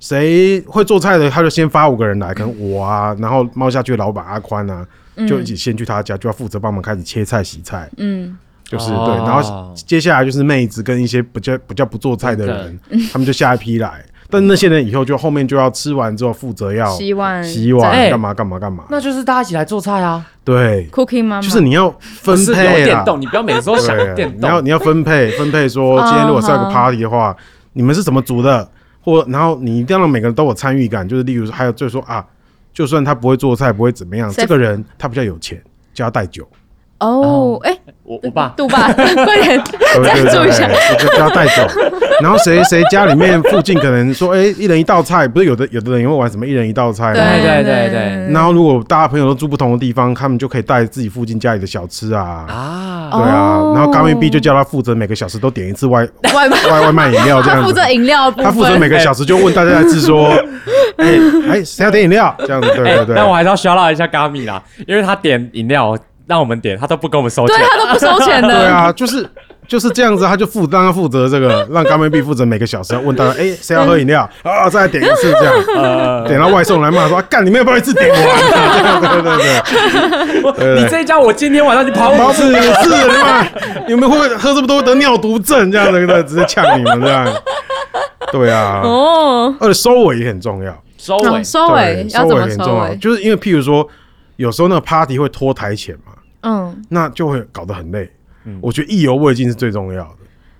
谁会做菜的，他就先发五个人来，可能我啊，然后猫下去的老板阿宽啊，就一起先去他家，就要负责帮忙开始切菜、洗菜，
嗯，
就是、
哦
对，然后接下来就是妹子跟一些比较比较不做菜的人，
嗯
他们就下一批来，但那些人以后就后面就要吃完之后负责要
洗碗
洗
哎
碗干嘛干嘛干嘛，
那就是大家一起来做菜啊，
对，
Cooking 妈妈
就是你要分
是有
配
电
啦。
动，你不要每次都想
对，啊
电
你要
动。啊
你要分配分配说，今天如果是要有个 party 的话，你们是怎么组的？或然后你一定要让每个人都有参与感，就是例如还有就是说啊，就算他不会做菜，不会怎么样，
谁
这个人他比较有钱，就要带酒，
哦，哎，
我我爸
杜爸， 快点
对
赞
对
助
对
一下，
对，就就要带酒。然后谁谁家里面附近可能说，哎，一人一道菜，不是有的有的人也会玩什么一人一道菜吗，
对对对对
然后如果大家朋友都住不同的地方，他们就可以带自己附近家里的小吃啊。
啊，
对啊，
哦
然后高面 B 就叫他负责每个小时都点一次 外
外卖，
外外卖饮哦料这
他
样子，
负责饮料的部
他
分，
负责每个小时就问大家来 自说，哎哎，谁要点饮料？这样子，对
哎
对对。
那我还是要 shout out 一下 Gami 啦，因为他点饮料让我们点，他都不跟我们收钱
对。啊 他都不收钱的，
对啊，就是就是这样子，他就负让他负责这个，让高妹币负责每个小时要问大家，哎，谁要喝饮 料？啊，再来点一次这样，
呃，
点到外送来骂说，啊干，你没有帮一次点完，这样对对对，
我
对
你这一家我今天晚上你跑
毛
五
子
次
有事，你妈，你们会不会喝这么多得尿毒症这样子的，直接呛你们这样，对啊，
哦，
而且收尾也很重要。
收
那
尾。
哦收尾
对
要
收
怎
尾
么
很
收
重要，
尾？
就是因为譬如说，有时候那个 party 会拖台前嘛，
嗯，
那就会搞得很累。我觉得意犹未尽是最重要的。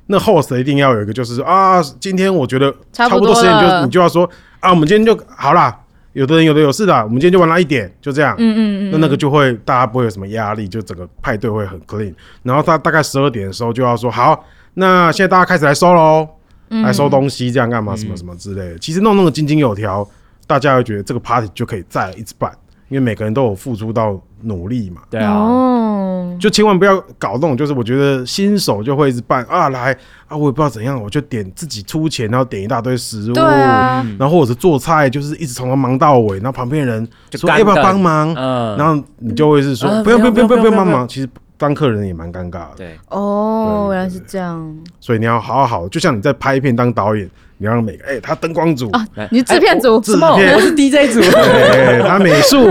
那 host 一定要有一个，就是说啊，今天我觉得
差
差
不
不
多
多时间
了
就你就要说啊，我们今天就好啦。有的人有的有事啦，我们今天就玩到一点，就这样。嗯嗯嗯。那那个就会大家不会有什么压力，就整个派对会很 clean。然后他大概十二点的时候就要说好，那现在大家开始来收喽，来收东西，这样干嘛？什么什么之类的。其实弄弄得井井有条，大家会觉得这个 party 就可以再一直办，因为每个人都有付出到努力嘛。
对啊，
哦，
就千万不要搞那种，就是我觉得新手就会一直办啊，来啊，我也不知道怎样，我就点自己出钱，然后点一大堆食物，
对啊，
然后或者是做菜，就是一直从头忙到尾，然后旁边人
就
说
干
要不要
等
帮忙，
嗯
然后你就会是说、
啊
不用
不
不
用
用不
不
用
用
不用不用
不用
帮忙，其实当客人也蛮尴尬的，
对，
哦，
对
原来是这样
所以你要好好，就像你在拍片当导演，你要让每个哎、他灯光组。
啊
来！
你制片组
制片
我是 DJ 组。
哎、他美术，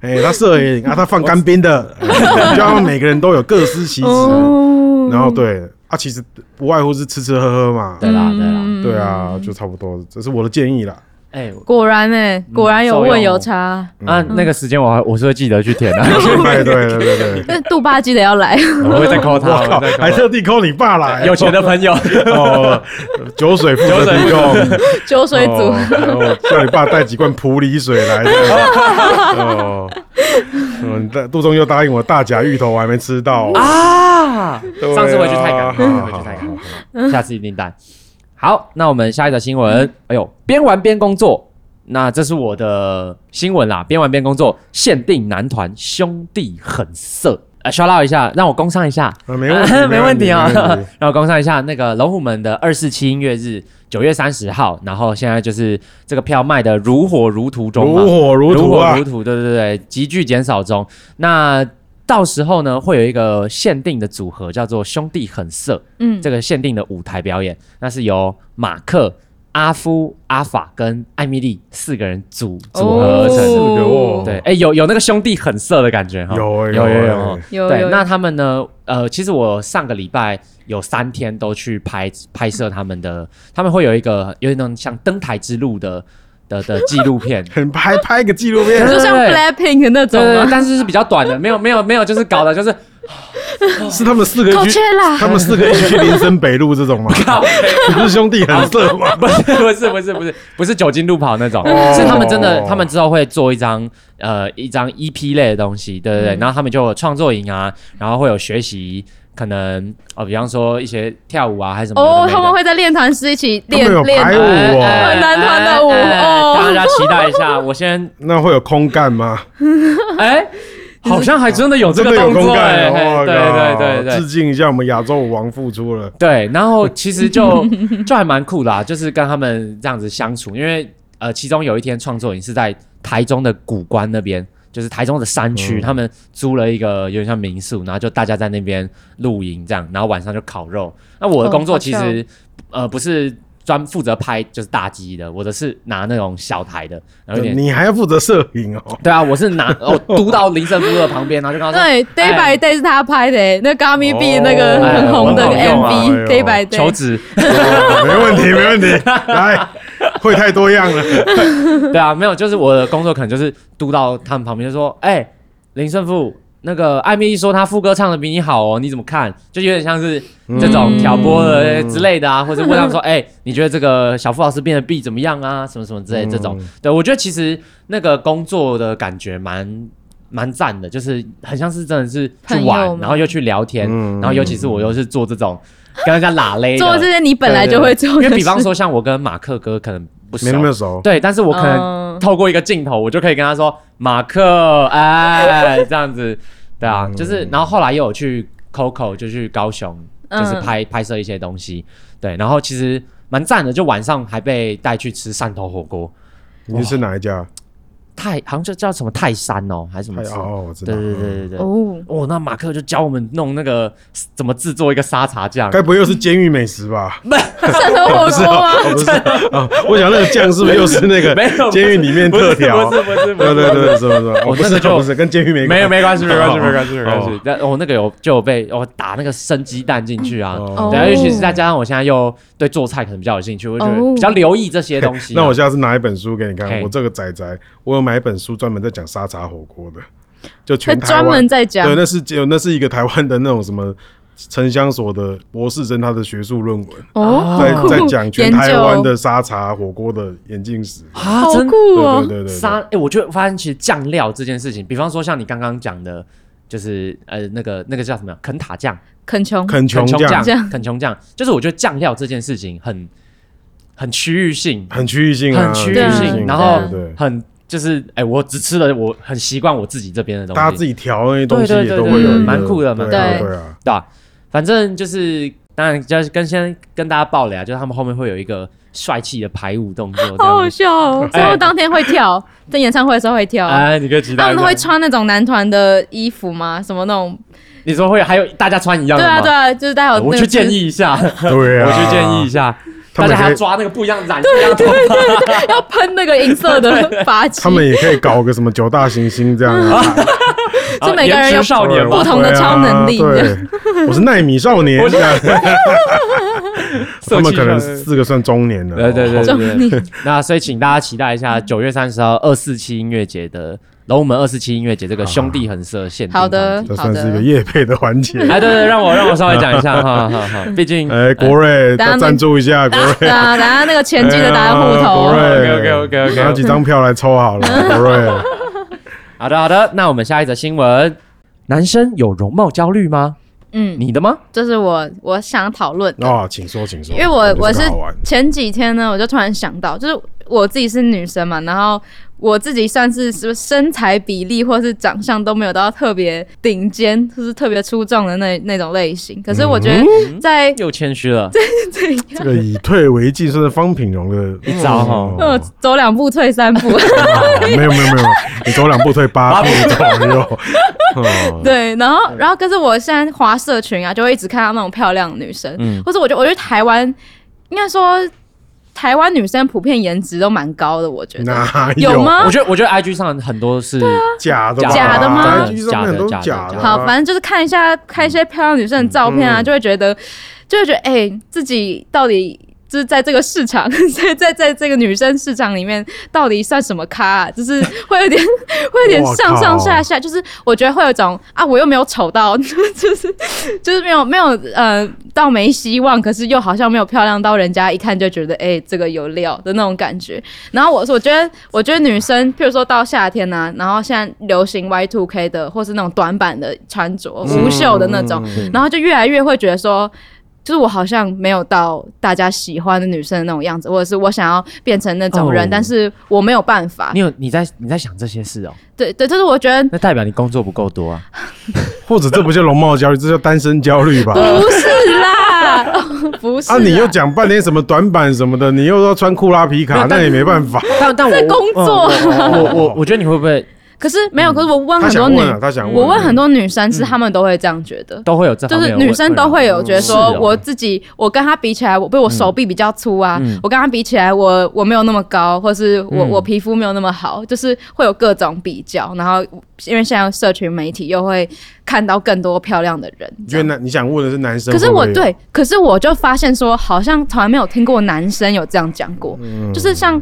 哎、他摄影啊，他放干冰的，哎你就要让每个人都有各司其职。
哦，
然后对啊，其实不外乎是吃吃喝喝嘛，
嗯
对啦，对啦，
对啊，就差不多，这是我的建议啦。
哎、
果然呢、果然有问有差。
嗯
那、那个时间我还我是会记得去填的、
哎对对对对 对，
但杜巴记得要来，
我会再 call 他，
我
我
靠，
会再 call 他
还特地扣你爸来，
有钱的朋友，
哦，酒水负责提供，
酒水组、
哦然后叫你爸带几罐普洱水来。这 样哦，嗯，但杜仲又答应我大甲芋头，我还没吃到
啊！
对啊
上次我也去泰港，
好嗯
上次我也去泰港，下次一定带。好，那我们下一则新闻，哎呦，边玩边工作，那这是我的新闻啦，边玩边工作，限定男团兄弟很色，呃，刷到一下，让我工商一下，
啊没问题，
没问题啊
没问 题。
然后工商一下，那个龙虎门的二四七音乐日，九月三十号，然后现在就是这个票卖的如火如荼中嘛，
如火如荼
火
啊
如！荼，对对对，急剧减少中。那到时候呢，会有一个限定的组合，叫做“兄弟很色”，
嗯
这个限定的舞台表演，那是由马克、阿夫、阿法跟艾米丽四个人组组合而成的。
四个哦
对，哎，有有那个兄弟很色的感觉哈，
有欸
有
有
有
欸
有。
有
对，
有
那他们呢？呃，其实我上个礼拜有三天都去拍拍摄他们的，他们会有一个有点那种像登台之路的的的纪录片，
很拍拍个纪录片，
就像
对
Blackpink 那
对
种
对对，
啊，
但是是比较短的，没有没有没有，就是搞的就是
是他们四个
口
一
缺
起，
啦，
他们四个一起去林森北路这种吗？
靠北，
不是兄弟很色 吗？
不是不是不是不是不是酒精路跑那种，
哦
是他们真的，他们之后会做一张呃一张 EP 类的东西，对对对，
嗯
然后他们就有创作营啊，然后会有学习，可能哦，比方说一些跳舞啊还是什么有的
哦，
没的
他们会在练团室一起
他们有
练啊练
排舞
哎
哦
哎
男团的舞
哎哎
哦
大家期待一下，我先
那会有空干吗？
哎。好像还真的有这个
真的有
动
空
作
干
哎、
哦！
嘿
哇
对对对
靠
对
致敬一下我们亚洲舞王付出了。
对，然后其实就 就还蛮酷啦、就是跟他们这样子相处，因为呃，其中有一天创作营是在台中的古关那边，就是台中的山区，
嗯
他们租了一个有点像民宿，然后就大家在那边露营这样，然后晚上就烤肉。那我的
哦
工作
好
其
笑
实、呃不是专负责拍就是大机的，我的是拿那种小台的，然后有点。
你还要负责摄影哦。
对啊，我是拿哦，嘟到林森夫的旁边，然后就刚刚
对，Day
哎
by Day 是他拍的欸，那 Gummy B 那个
哎
很红的
我懂用啊
哎
MV，Day
呦
by
求
Day，
职，
哦 没 问题，没问题，来，会太多样了。
对啊，没有，就是我的工作可能就是督到他们旁边，就说：“哎、林胜富，那个艾米丽说她副歌唱的比你好哦，你怎么看？”就有点像是这
嗯
种挑拨的、哎之类的啊，或者问他们说：“ 哎、你觉得这个小付老师变得 B 怎么样啊？什么什么之类的这
嗯
种。对我觉得其实那个工作的感觉蛮。蛮赞的，就是很像是真的是去
朋
玩
友，嘛
然后又去聊天，
嗯
然后尤其是我又是做这种跟人家拉勒的，
做这些你本来就会做
对对对
的
因
事，
为比方说像我跟马克哥可能不熟
没那，么熟，
对，但是我可能
嗯
透过一个镜头，我就可以跟他说马克，哎，这样子，对啊，就是，然后后来又有去 Coco，就去高雄，就是
嗯
拍、拍摄一些东西，对，然后其实蛮赞的，就晚上还被带去吃汕头火锅，
你是哪一家？
泰好像就叫什么泰山哦，还是什么
哎
之类的，
哦，我知道
对。对对对对。哦
哦，
那马克就教我们弄那个怎么制作一个沙茶酱，
该不会又是监狱美食吧？
汕头火锅 吗？
哦，不 是啊，我想那个酱是不是又是那个
没有
监狱里面
不是
特调啊
不？是不 是不
对
是，
对对，是不是？
我
哦，不
那
是
个就
不是跟监狱没
没有没关系没关系
哦
没关系没关系
哦。
但我那个有就有被我打那个生鸡蛋进去啊，
哦
对啊，
哦
尤其是再加上我现在又对做菜可能比较有兴趣，我就觉得
哦
比较留意这些东西啊。
那我下次拿一本书给你看
嘿，
我这个仔仔，我有买一本书专门在讲沙茶火锅的，就
会
全台
专
湾
门在讲
对，那是有那是一个台湾的那种什么城乡所的博士生他的学术论文，
哦，
在
好酷
在讲全
研
台湾
究
的沙茶火锅的演进史。
啊
好
真
酷
对对
哦，
对对
沙
对，
哎，我就发现其实酱料这件事情，比方说像你刚刚讲的，就是呃那个那个叫什么肯塔酱、
肯琼，
肯琼
肯琼
酱
酱、肯琼酱，就是我觉得酱料这件事情很很区域性，
很区域性啊，
很区域
对啊
性，
对
然后
对对，
很就是哎，我只吃了我很习惯我自己这边的东西，
大家自己调那些东西
对对
也
对
都会有
对
一个，
蛮酷的蛮
对啊
酷的
对啊，
对、啊，反正就是，当然就是跟先跟大家爆雷啊，就是他们后面会有一个帅气的排舞动作，这
好好
样子。
笑哦，
哎
最后当天会跳， 在演唱会的时候会跳。
哎，你可以期待
他
一下。
们会穿那种男团的衣服吗？什么那种？
你说会还有大家穿一样
对
的吗？哎
啊，对啊，就是大家有那
我
个
去建议一下，
对啊，
我去建议一下，
他
大
们
家还
可
要
以
抓那个不一样染不一样的头发。
要喷那个银色的发髻。
他们也可以搞个什么九大行星这样啊，
啊
就每个
颜
人
值
有
少年
不
嘛，
同的超能力
啊对 啊，对我是奈米少年啊
我， 是
他
色
们
气
可
上
能
的
四个算中年了。哦
对对对
就
对
你嗯
对。那所以请大家期待一下九月三十号二四七音乐节的龙门二四七音乐节这个兄弟恒社限定
好
专
的
辑
这算是一个夜配的 环节。
哎，对对，让我让我稍微讲一下，哈哈哈，毕竟
哎，国瑞
大家
赞助一下，国瑞
对啊，等下那个前进的打
哎
户
呀国
啊
头，
瑞
OK，OK，OK，OK
拿几张票来抽好 了，国瑞。
好的好的，那我们下一则新闻，男生有容貌焦虑吗？
嗯，
你的吗？
这是我我想讨论的。
哦，请说，请说。
因为我我
我
是
觉得这个好玩
前几天呢，我就突然想到，就是我自己是女生嘛，然后我自己算是是不是身材比例或是长相都没有到特别顶尖，就是特别出众的那那种类型。可是我觉
嗯
得在、
又谦虚了，
这样
这个以退为进，算是方品荣的
一招哈
哦
呃，走两步退三 步，
没有没有没有，你走两步退八步左右。 哦
对，然后然后可是我现在滑社群啊，就会一直看到那种漂亮的女生，
嗯，
或者我觉得我觉得台湾应该说台湾女生普遍颜值都蛮高的，我觉得
哪
有？吗
我？觉得我觉得 IG 上很多是
假的吧
假的吗
？IG 上面都是
假的假的
的啊。
好，反正就是看一下看一些漂亮女生的照片啊，
嗯
就会觉得，就会觉得，哎、自己到底就是在这个市场， 在在在这个女生市场里面，到底算什么咖、啊？就是会有点 会有点
我靠
上上下下，就是我觉得会有一种啊，我又没有丑到， 就是就是没有没有呃到没希望，可是又好像没有漂亮到人家一看就觉得，哎、这个有料的那种感觉。然后我我觉得，我觉得女生，譬如说到夏天呐、然后现在流行 Y two K 的，或是那种短版的穿着、
嗯
无袖的那种，然后就越来越会觉得说。就是我好像没有到大家喜欢的女生的那种样子，或者是我想要变成那种人
哦
但是我没有办法
你。有你在你在想这些事哦，
对对，就是我觉 得
那代表你工作不够多啊。
或者这不叫容貌焦虑，这叫单身焦虑吧？
不 是啊啦， 哦不是啦。
啊，你又讲半天什么短板什么的，你又说穿库拉皮卡，
没有但
那也没办法。
但但我
在工作
哦
嗯我我我我觉得你会不会
可是没有，可是我问
嗯他
很多
想
女
问，嗯啊，他想问，
我问很多女生是她们都会这样觉得。
都会有这
就
方面
是
的
女生都会有觉得
是
说
哦，
我自己我跟她比起来，我被我手臂比较粗啊，
嗯
我跟她比起来，我我没有那么高，或是我、
嗯
我皮肤没有那么好，就是会有各种比较。然后因为现在社群媒体又会看到更多漂亮的人，这
因
样
为男你想问的是男生
可
会不
是
会
我
有，
对，可是我就发现说，好像从来没有听过男生有这样讲过，
嗯
就是像。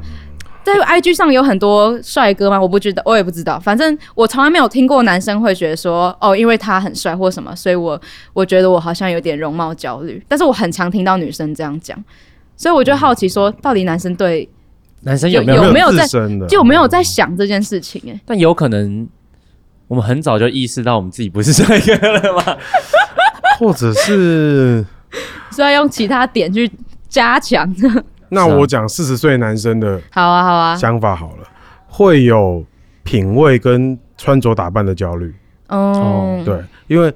在 IG 上有很多帅哥吗？我不知道，我也不知道。反正我从来没有听过男生会觉得说，哦，因为他很帅或什么，所以我我觉得我好像有点容貌焦虑。但是我很常听到女生这样讲，所以我就好奇说，到底男生对
男生有没
有
有？
有没有
自
在
身的，
就有没有在想这件事情、欸？
但有可能我们很早就意识到我们自己不是帅哥了吧？
或者是
所以要用其他点去加强。
那
是啊
我讲四十岁男生的
好啊，好啊，
想法好了，会有品味跟穿着打扮的焦虑。
嗯，
对，因为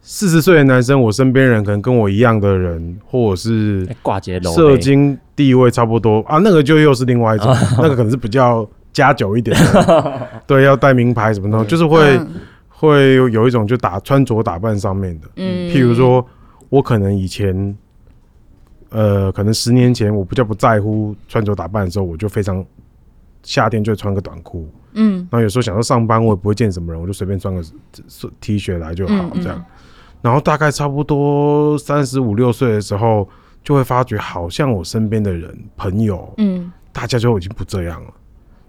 四十岁的男生，我身边人可能跟我一样的人，或者是
挂节楼
社经地位差不多啊，那个就又是另外一种， 那个可能是比较加久一点的，对，要带名牌什么的，就是会、
嗯
会有一种就打穿着打扮上面的，
嗯
譬如说我可能以前。呃，可能十年前我比较不在乎穿着打扮的时候，我就非常夏天就会穿个短裤，
嗯
然后有时候想说上班我也不会见什么人，我就随便穿个 T 恤来就好
嗯嗯
这样。然后大概差不多三十五六岁的时候，就会发觉好像我身边的人朋友，
嗯，
大家就已经不这样了，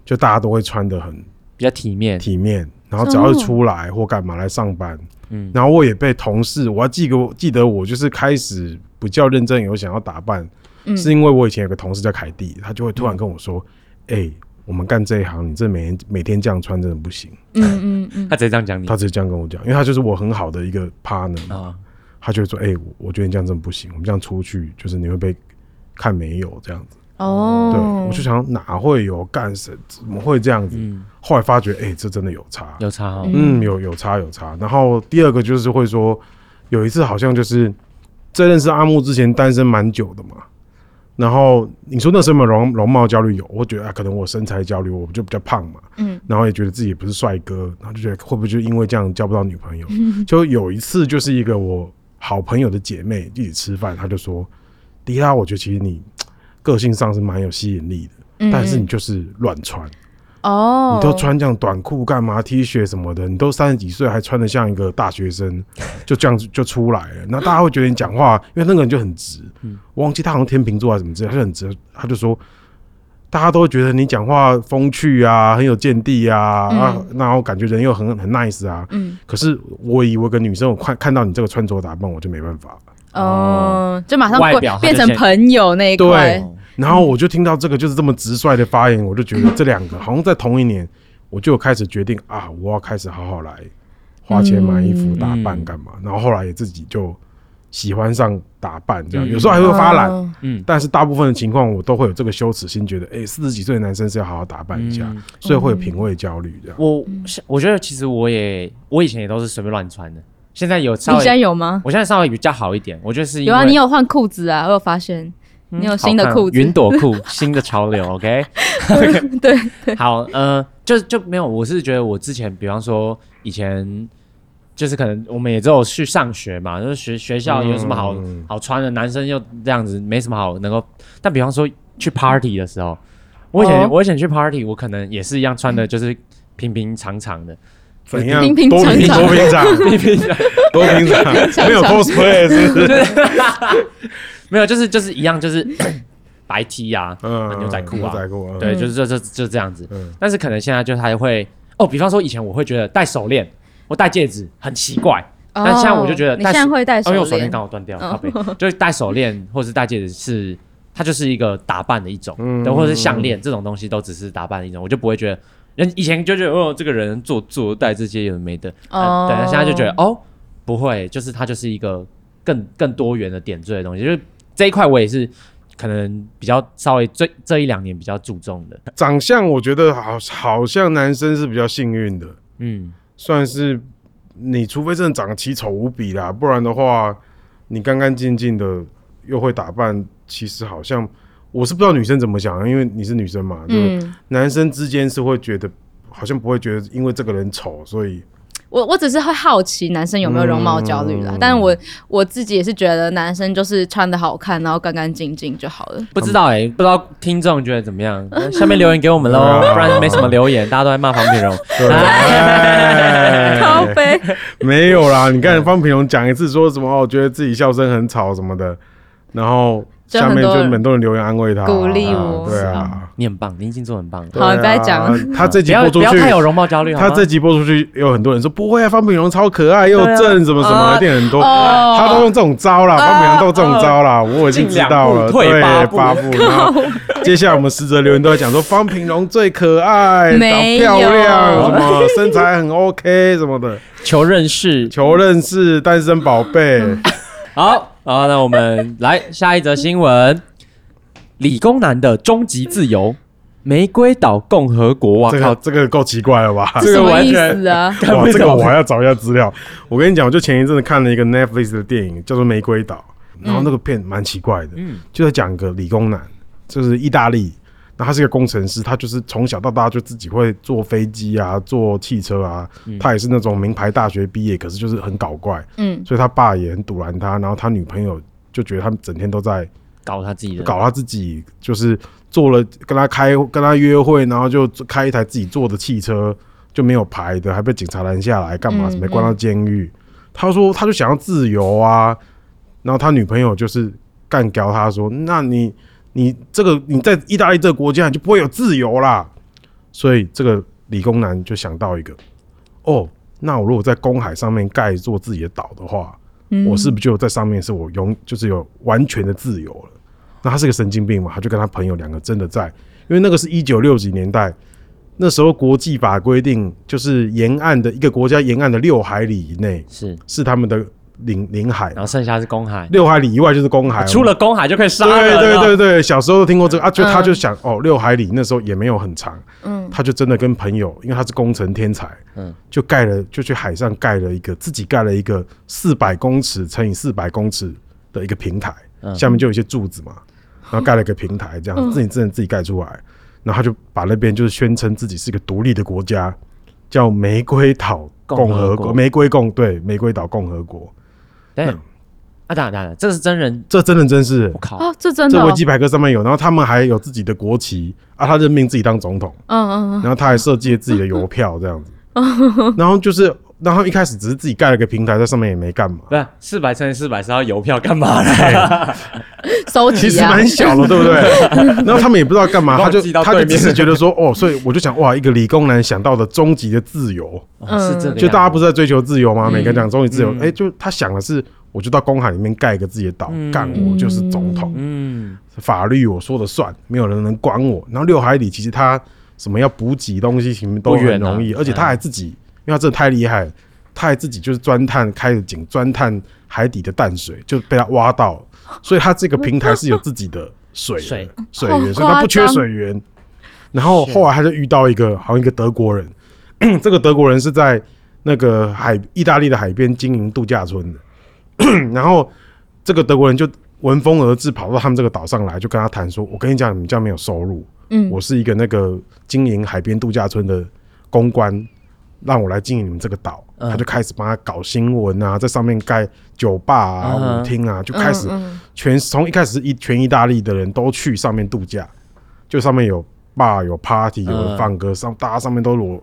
就大家都会穿的很
比较体面，
体面，然后只要是出来或干嘛来上班，
嗯
然后我也被同事，我还记得记得我就是开始比较认真有想要打扮，
嗯
是因为我以前有个同事叫凯蒂，他就会突然跟我说：“哎、
嗯
我们干这一行，你这每天每天这样穿真的不行。”
嗯嗯嗯，
他直接这样讲你
他直接这样跟我讲，因为他就是我很好的一个 partner，、
啊，
他就会说：“哎、我我觉得你这样真的不行，我们这样出去就是你会被看没有这样子。
哦，
对，我就想哪会有干什怎么会这样子？
嗯，
后来发觉，哎、这真的有差，
有差哦，
嗯，有有差有差。然后第二个就是会说，有一次好像就是在认识阿木之前单身蛮久的嘛。然后你说那时候有没有容容貌焦虑有，我觉得啊，可能我身材焦虑，我就比较胖嘛，
嗯，
然后也觉得自己不是帅哥，然后就觉得会不会就因为这样交不到女朋友？就有一次就是一个我好朋友的姐妹一起吃饭，她就说：“
嗯
迪
嗯
拉，我觉得其实你个性上是蛮有吸引力的，但是你就是乱穿。
哦，
你都穿这样短裤干嘛？T 恤什么的，你都三十几岁还穿的像一个大 学生，就这样子就出来了。那大家会觉得你讲话，因为那个人就很直，我忘记他好像天秤座还是什么之类，他就很直，他就说。大家都会觉得你讲话风趣啊，很有见地啊，
嗯
啊，然后感觉人又很很 nice 啊。
嗯
可是我以为个女生，我看看到你这个穿着打扮，我就没办法。
哦，就马上
外
过
表
变
他
成
就先
朋友那一块
对，
哦
然后我就听到这个就是这么直率的发言，我就觉得这两个好像在同一年，我就有开始决定啊，我要开始好好来花钱买衣服、
嗯
打扮干嘛。然后后来也自己就喜欢上打扮，这样
嗯
有时候还会发懒，
哦
嗯，
但是大部分的情况我都会有这个羞耻心，觉得哎，四十几岁的男生是要好好打扮一下
嗯，
所以会有品味焦虑这样。
我
嗯
是我觉得其实我也我以前也都是随便乱穿的，现在有
你
稍
现在
微
有吗？
我现在稍微比较好一点，我觉得是因为嗯
有啊，你有换裤子啊，我有发现你有新的
好看
裤子，
云朵裤，新的潮流，OK。
对，
好，呃，就就没有，我是觉得我之前，比方说以前，就是可能我们也只有去上学嘛，就是学学校有什么好、
嗯
好穿的，男生又这样子，没什么好能够。但比方说去 party 的时候，我以前、
哦
我以前去 party，我可能也是一样穿的，就是平平常常的，
怎样？
平平
多
常
平
常
哎多平常，
平平常
多平常，没有 cosplay 是不是？
没有，就是就是一样，就是 白 T 啊，
嗯
牛仔裤
牛
啊，
仔裤啊，
对，
嗯
就是就就就这样子。
嗯
但是可能现在就还会哦，比方说以前我会觉得戴手链，我戴戒指很奇怪，
哦
但现在我就觉得
你
戴
现在
手
会戴
哦因为
手
我手链
链
刚好断掉，
哦
靠背 就是戴手链或是戴戒指是。它就是一个打扮的一种，
嗯
对，或者是项链这种东西都只是打扮的一种，我就不会觉得人以前就觉得哦，这个人做作戴这些有的没的，
哦
哦，对，现在就觉得哦，不会，就是它就是一个更更多元的点缀的东西，就是这一块我也是可能比较稍微这这一两年比较注重的，
长相我觉得好，好像男生是比较幸运的，
嗯，
算是你除非真的长得奇丑无比啦，不然的话，你干干净净的又会打扮，其实好像我是不知道女生怎么想，啊因为你是女生嘛，嗯，
嗯，
男生之间是会觉得好像不会觉得因为这个人丑，所以
我我只是会好奇男生有没有容貌焦虑啦，
嗯
但我我自己也是觉得男生就是穿的好看，然后干干净净就好了。
不知道哎、不知道听众觉得怎么样？呃下面留言给我们喽
对啊，
不然没什么留言，大家都在骂方品荣。
对，
咖
哎
啡，
没有啦。你看方平荣讲一次说什么哦，觉得自己笑声很吵什么的，然后
就
下
很
面就
多人
很多人留言安慰他，
鼓励
啊
我
对
是
啊。
你很棒，你已经做得很棒了。
好你不要讲
对啊 他这
不
集
要
播出
不要
去，
太有容貌焦虑好吗？
他这集播出去，有很多人说不会啊，方炳荣超可爱又
对啊
正，什么什么，
哦
一定很多。
哦
他都用这种招啦，方炳荣都这种招啦，我已经知道
进两
了。
步
对
退，八步
八步。然后接下来我们十则留言都在讲说方炳荣最可爱，
没
长漂亮，
有
什么身材很 OK 什么的，
求认识。
求认识单身宝贝。
嗯
好，好，那我们来下一则新闻：理工男的终极自由——玫瑰岛共和国。哇
这
靠
个，这个够奇怪了吧？
这
什
个
么
完
意
全
思啊？
看 不
哇，这个
懂
我还要找一下资料。我跟你讲，我就前一阵子看了一个 Netflix 的电影，叫做《玫瑰岛》，然后那个片蛮奇怪的，
嗯
就在讲一个理工男，就是意大利，那他是一个工程师，他就是从小到大就自己会坐飞机啊，坐汽车啊，他也是那种名牌大学毕业，可是就是很搞怪，
嗯，
所以他爸也很堵拦他，然后他女朋友就觉得他们整天都在
搞他自己的，
搞他自己，就是做了跟他开跟他约会，然后就开一台自己坐的汽车，就没有牌的，还被警察拦下来，干嘛？
嗯
被关到监狱。他说他就想要自由啊，然后他女朋友就是干掉他说，那你你这个你在意大利这个国家你就不会有自由啦。所以这个理工男就想到一个，哦，那我如果在公海上面盖一座自己的岛的话，
嗯
我是不是就在上面是我永就是有完全的自由了？那他是个神经病嘛，他就跟他朋友两个真的在，因为那个是一九六几年代，那时候国际法规定，就是沿岸的一个国家沿岸的六海里以内
是，
是他们的领领海
然，后剩下是公海，啊
六海里以外就是公海。
哦出了公海就可以杀人
对
了。
对对对，小时候都听过这个啊，就
啊嗯
他就想、哦，六海里那时候也没有很长，
嗯
他就真的跟朋友，因为他是工程天才，
嗯
就盖了，就去海上盖了一个自己盖了一个四百公尺乘以四百公尺的一个平台，
嗯
下面就有一些柱子嘛，然后盖了一个平台，这
嗯
样自己真的自己盖出来，然后他就把那边就是宣称自己是一个独立的国家，叫玫瑰岛共
共
和
和
国，
国
玫瑰共对玫瑰岛共和国，
对，啊，当然当然，这是真人，
这真人真事
我，靠，
哦，这真的
这
哦、
维基百科上面有，然后他们还有自己的国旗啊，他任命自己当总统，
嗯嗯嗯，
然后他还设计了自己的邮票这样 子，
哦
然后就是，然后一开始只是自己盖了个平台，在上面也没干 嘛，
不是四百乘以四百是要邮票干嘛嘞？
收集
其实
啊，
蛮小 的，对不
嗯
对？然后他们也不知道干嘛，
你帮
他
我
就
寄到
他就
对
只
面
是觉得说，哦，所以我就想，哇，一个理工男想到的终极的自由，
哦是这个样子，
就大家不是在追求自由吗？
嗯
每个人讲终极自由，
嗯
哎，就他想的是，我就到公海里面盖一个自己的岛，
嗯
干我就是总统，
嗯
法律我说了算，没有人能管我。然后六海里其实他什么要补给东西，什么都
不远
很
啊
容易，而且他还自己，因为他真的太厉害了，他还自己就是钻探开着井，钻探海底的淡水，就被他挖到了，所以他这个平台是有自己的水的
水
水
好
源，所以他不缺
夸张
水源。然后后来他就遇到一个好像一个德国人，这个德国人是在那个海意大利的海边经营度假村的， 然后这个德国人就闻风而至，跑到他们这个岛上来，就跟他谈说：“我跟你讲，你们这样没有收入，
嗯
我是一个那个经营海边度假村的公关，让我来经营你们这个岛。
嗯
他就开始帮他搞新闻啊，在上面盖酒吧啊、
嗯哼
舞厅啊，就开始
嗯嗯
全从一开始一全意大利的人都去上面度假，就上面有 bar 有 party 有人
嗯
放歌，上大家上面都裸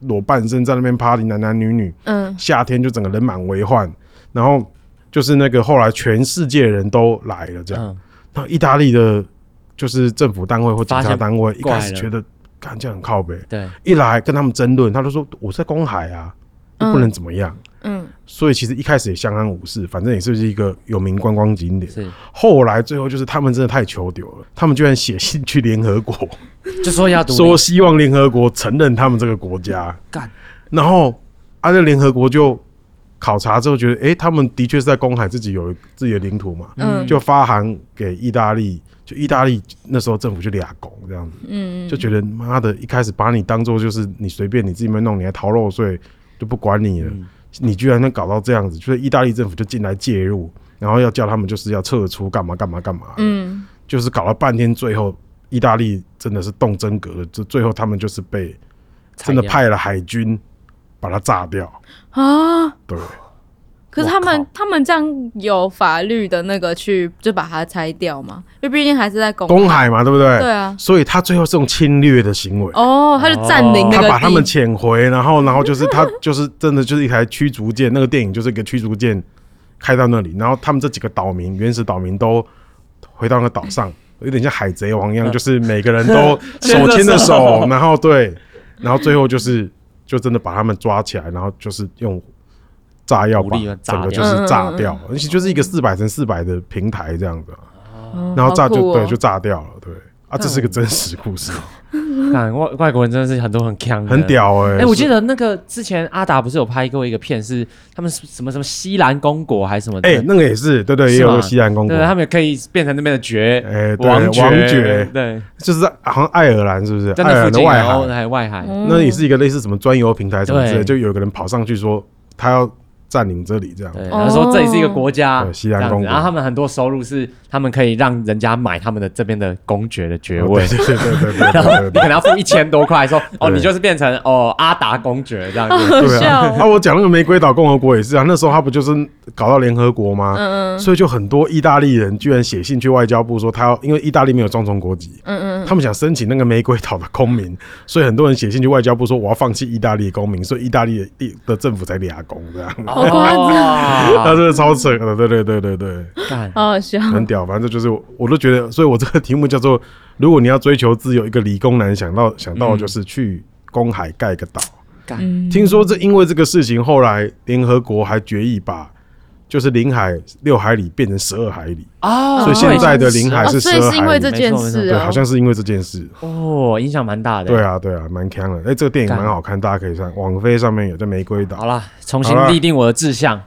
裸半身在那边 party，男男女女，
嗯
夏天就整个人满为患，然后就是那个后来全世界人都来了这样，
嗯，
然后意大利的就是政府单位或警
发
察
现
单位一开始
怪了
觉得看这样很靠北，
对，
一来跟他们争论，他就说我在公海啊，又不能怎么样，
嗯
所以其实一开始也相安无事，反正也是一个有名观光景点。
是
后来最后就是他们真的太求丢了，他们居然写信去联合国，
就说要独
说
立，
希望联合国承认他们这个国家。
干，
然后啊，这联合国就考察之后觉得，诶，他们的确是在公海自己有自己的领土嘛，
嗯
就发函给意大利，就意大利那时候政府就俩拱这样子，
嗯，
就觉得妈的，一开始把你当做就是你随便你自己们弄，你还逃漏税，就不管你了。
嗯
你居然能搞到这样子，就是意大利政府就进来介入，然后要叫他们就是要撤出干嘛干嘛干嘛，
嗯
就是搞了半天，最后意大利真的是动真格了，就最后他们就是被真的
裁掉
派了海军把它炸掉，
啊。
对，
可是
我
他们
靠
他们这样有法律的那个去就把它拆掉嘛，因为毕竟还是在公
公海嘛，对不对？
对啊
所以他最后是用侵略的行为，
哦，他就占领那
他
个
把他们
地
潜回，然后然后就是他 就是真的就是一台驱逐舰，那个电影就是一个驱逐舰开到那里，然后他们这几个岛民原始岛民都回到那个岛上，有点像海贼王一样，就是每个人都手牵着手，然后对，然后最后就是就真的把他们抓起来，然后就是用。炸药把
武力把它炸
整个就
掉
是炸
嗯嗯嗯
掉，而且就是一个四百乘四百的平台这样子啊，
嗯
然后炸
好酷
就
哦
对就炸掉了，对啊，这是个真实故事，
干外外国人真的是很多很强，
很。屌哎！
哎、我记得那个之前阿达不是有拍过一个片，是他们什么什么西兰公国还是什么的？
哎、那个也是，对对，也
是
有
吗
个西兰公国
对，，他们也可以变成那边的爵，
哎对
王爵，
王爵
对，
就是在好像爱尔兰是不是？
在
爱
那
尔
附
兰的
近，
外
然后
海，
还外海，
嗯
那也是一个类似什么专有平台什么之类
对
的，就有个人跑上去说他要占领这里这样。
对，
哦
然后说这里是一个国家
哦对，西兰
这样子
公国
然后他们很多收入是他们可以让人家买他们的这边的公爵的爵
哦
位，
对对对对对对 对对
你可能要付一千多块，说哦，
对
你就是变成哦阿达公爵这样子，
对
笑哦
啊！啊，我讲那个玫瑰岛共和国也是啊，那时候他不就是搞到联合国吗？
嗯嗯
所以就很多意大利人居然写信去外交部说他要，因为意大利没有双重国籍，
嗯嗯
他们想申请那个玫瑰岛的公民，所以很多人写信去外交部说我要放弃意大利的公民，所以意大利的的政府才俩公这样。
哦，
好夸
他真的超扯的，对对对对对，
干
嗯，好好笑，
很屌。反正就是我，我都觉得，所以我这个题目叫做：如果你要追求自由，一个理工男想到想到的就是去公海盖个岛。
干，
嗯
听说这因为这个事情，后来联合国还决议把就是领海六海里变成十二海里，
哦，
所以现在的领海
哦，
是
所以
12
是因为
海
这
里
件
没错没错
事
对，
哦
好，像是因为这件事。
哦，影响蛮大的。
对，啊，对啊，蛮强的。哎、这个电影蛮好看，大家可以上网飞上面有，在玫瑰岛
好。啦，重新
好啦
立定我的志向，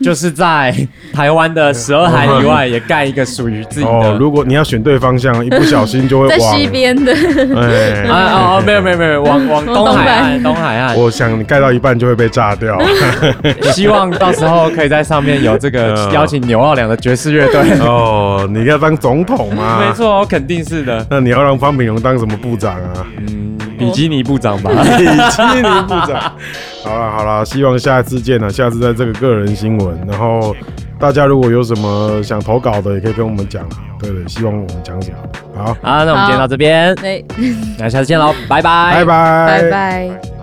就是 在台湾的十二海以外也盖一个属于自己
哦，
的。
如果你要选对方向，一不小心就 会
在
往
西边的，
哎
啊 哦哦，没有没有没有， 往往东海岸，东海岸，
我想你盖到一半就会被炸掉。
希望到时候可以在上面有这个
嗯
邀请牛奥良的爵士乐队。
哦， 你要当总统吗？
没。错，哦肯定是的。
那你要让方炳荣当什么部长啊？
嗯，比基尼部长吧。
比基尼啊部长。好了好了，希望下次见了，下次在这个个人新闻，然后大家如果有什么想投稿的，也可以跟我们讲。对对，希望我们讲什么。好，
好，那我们今天到这边，
对，
那下次见喽，拜拜，
拜拜，
拜拜。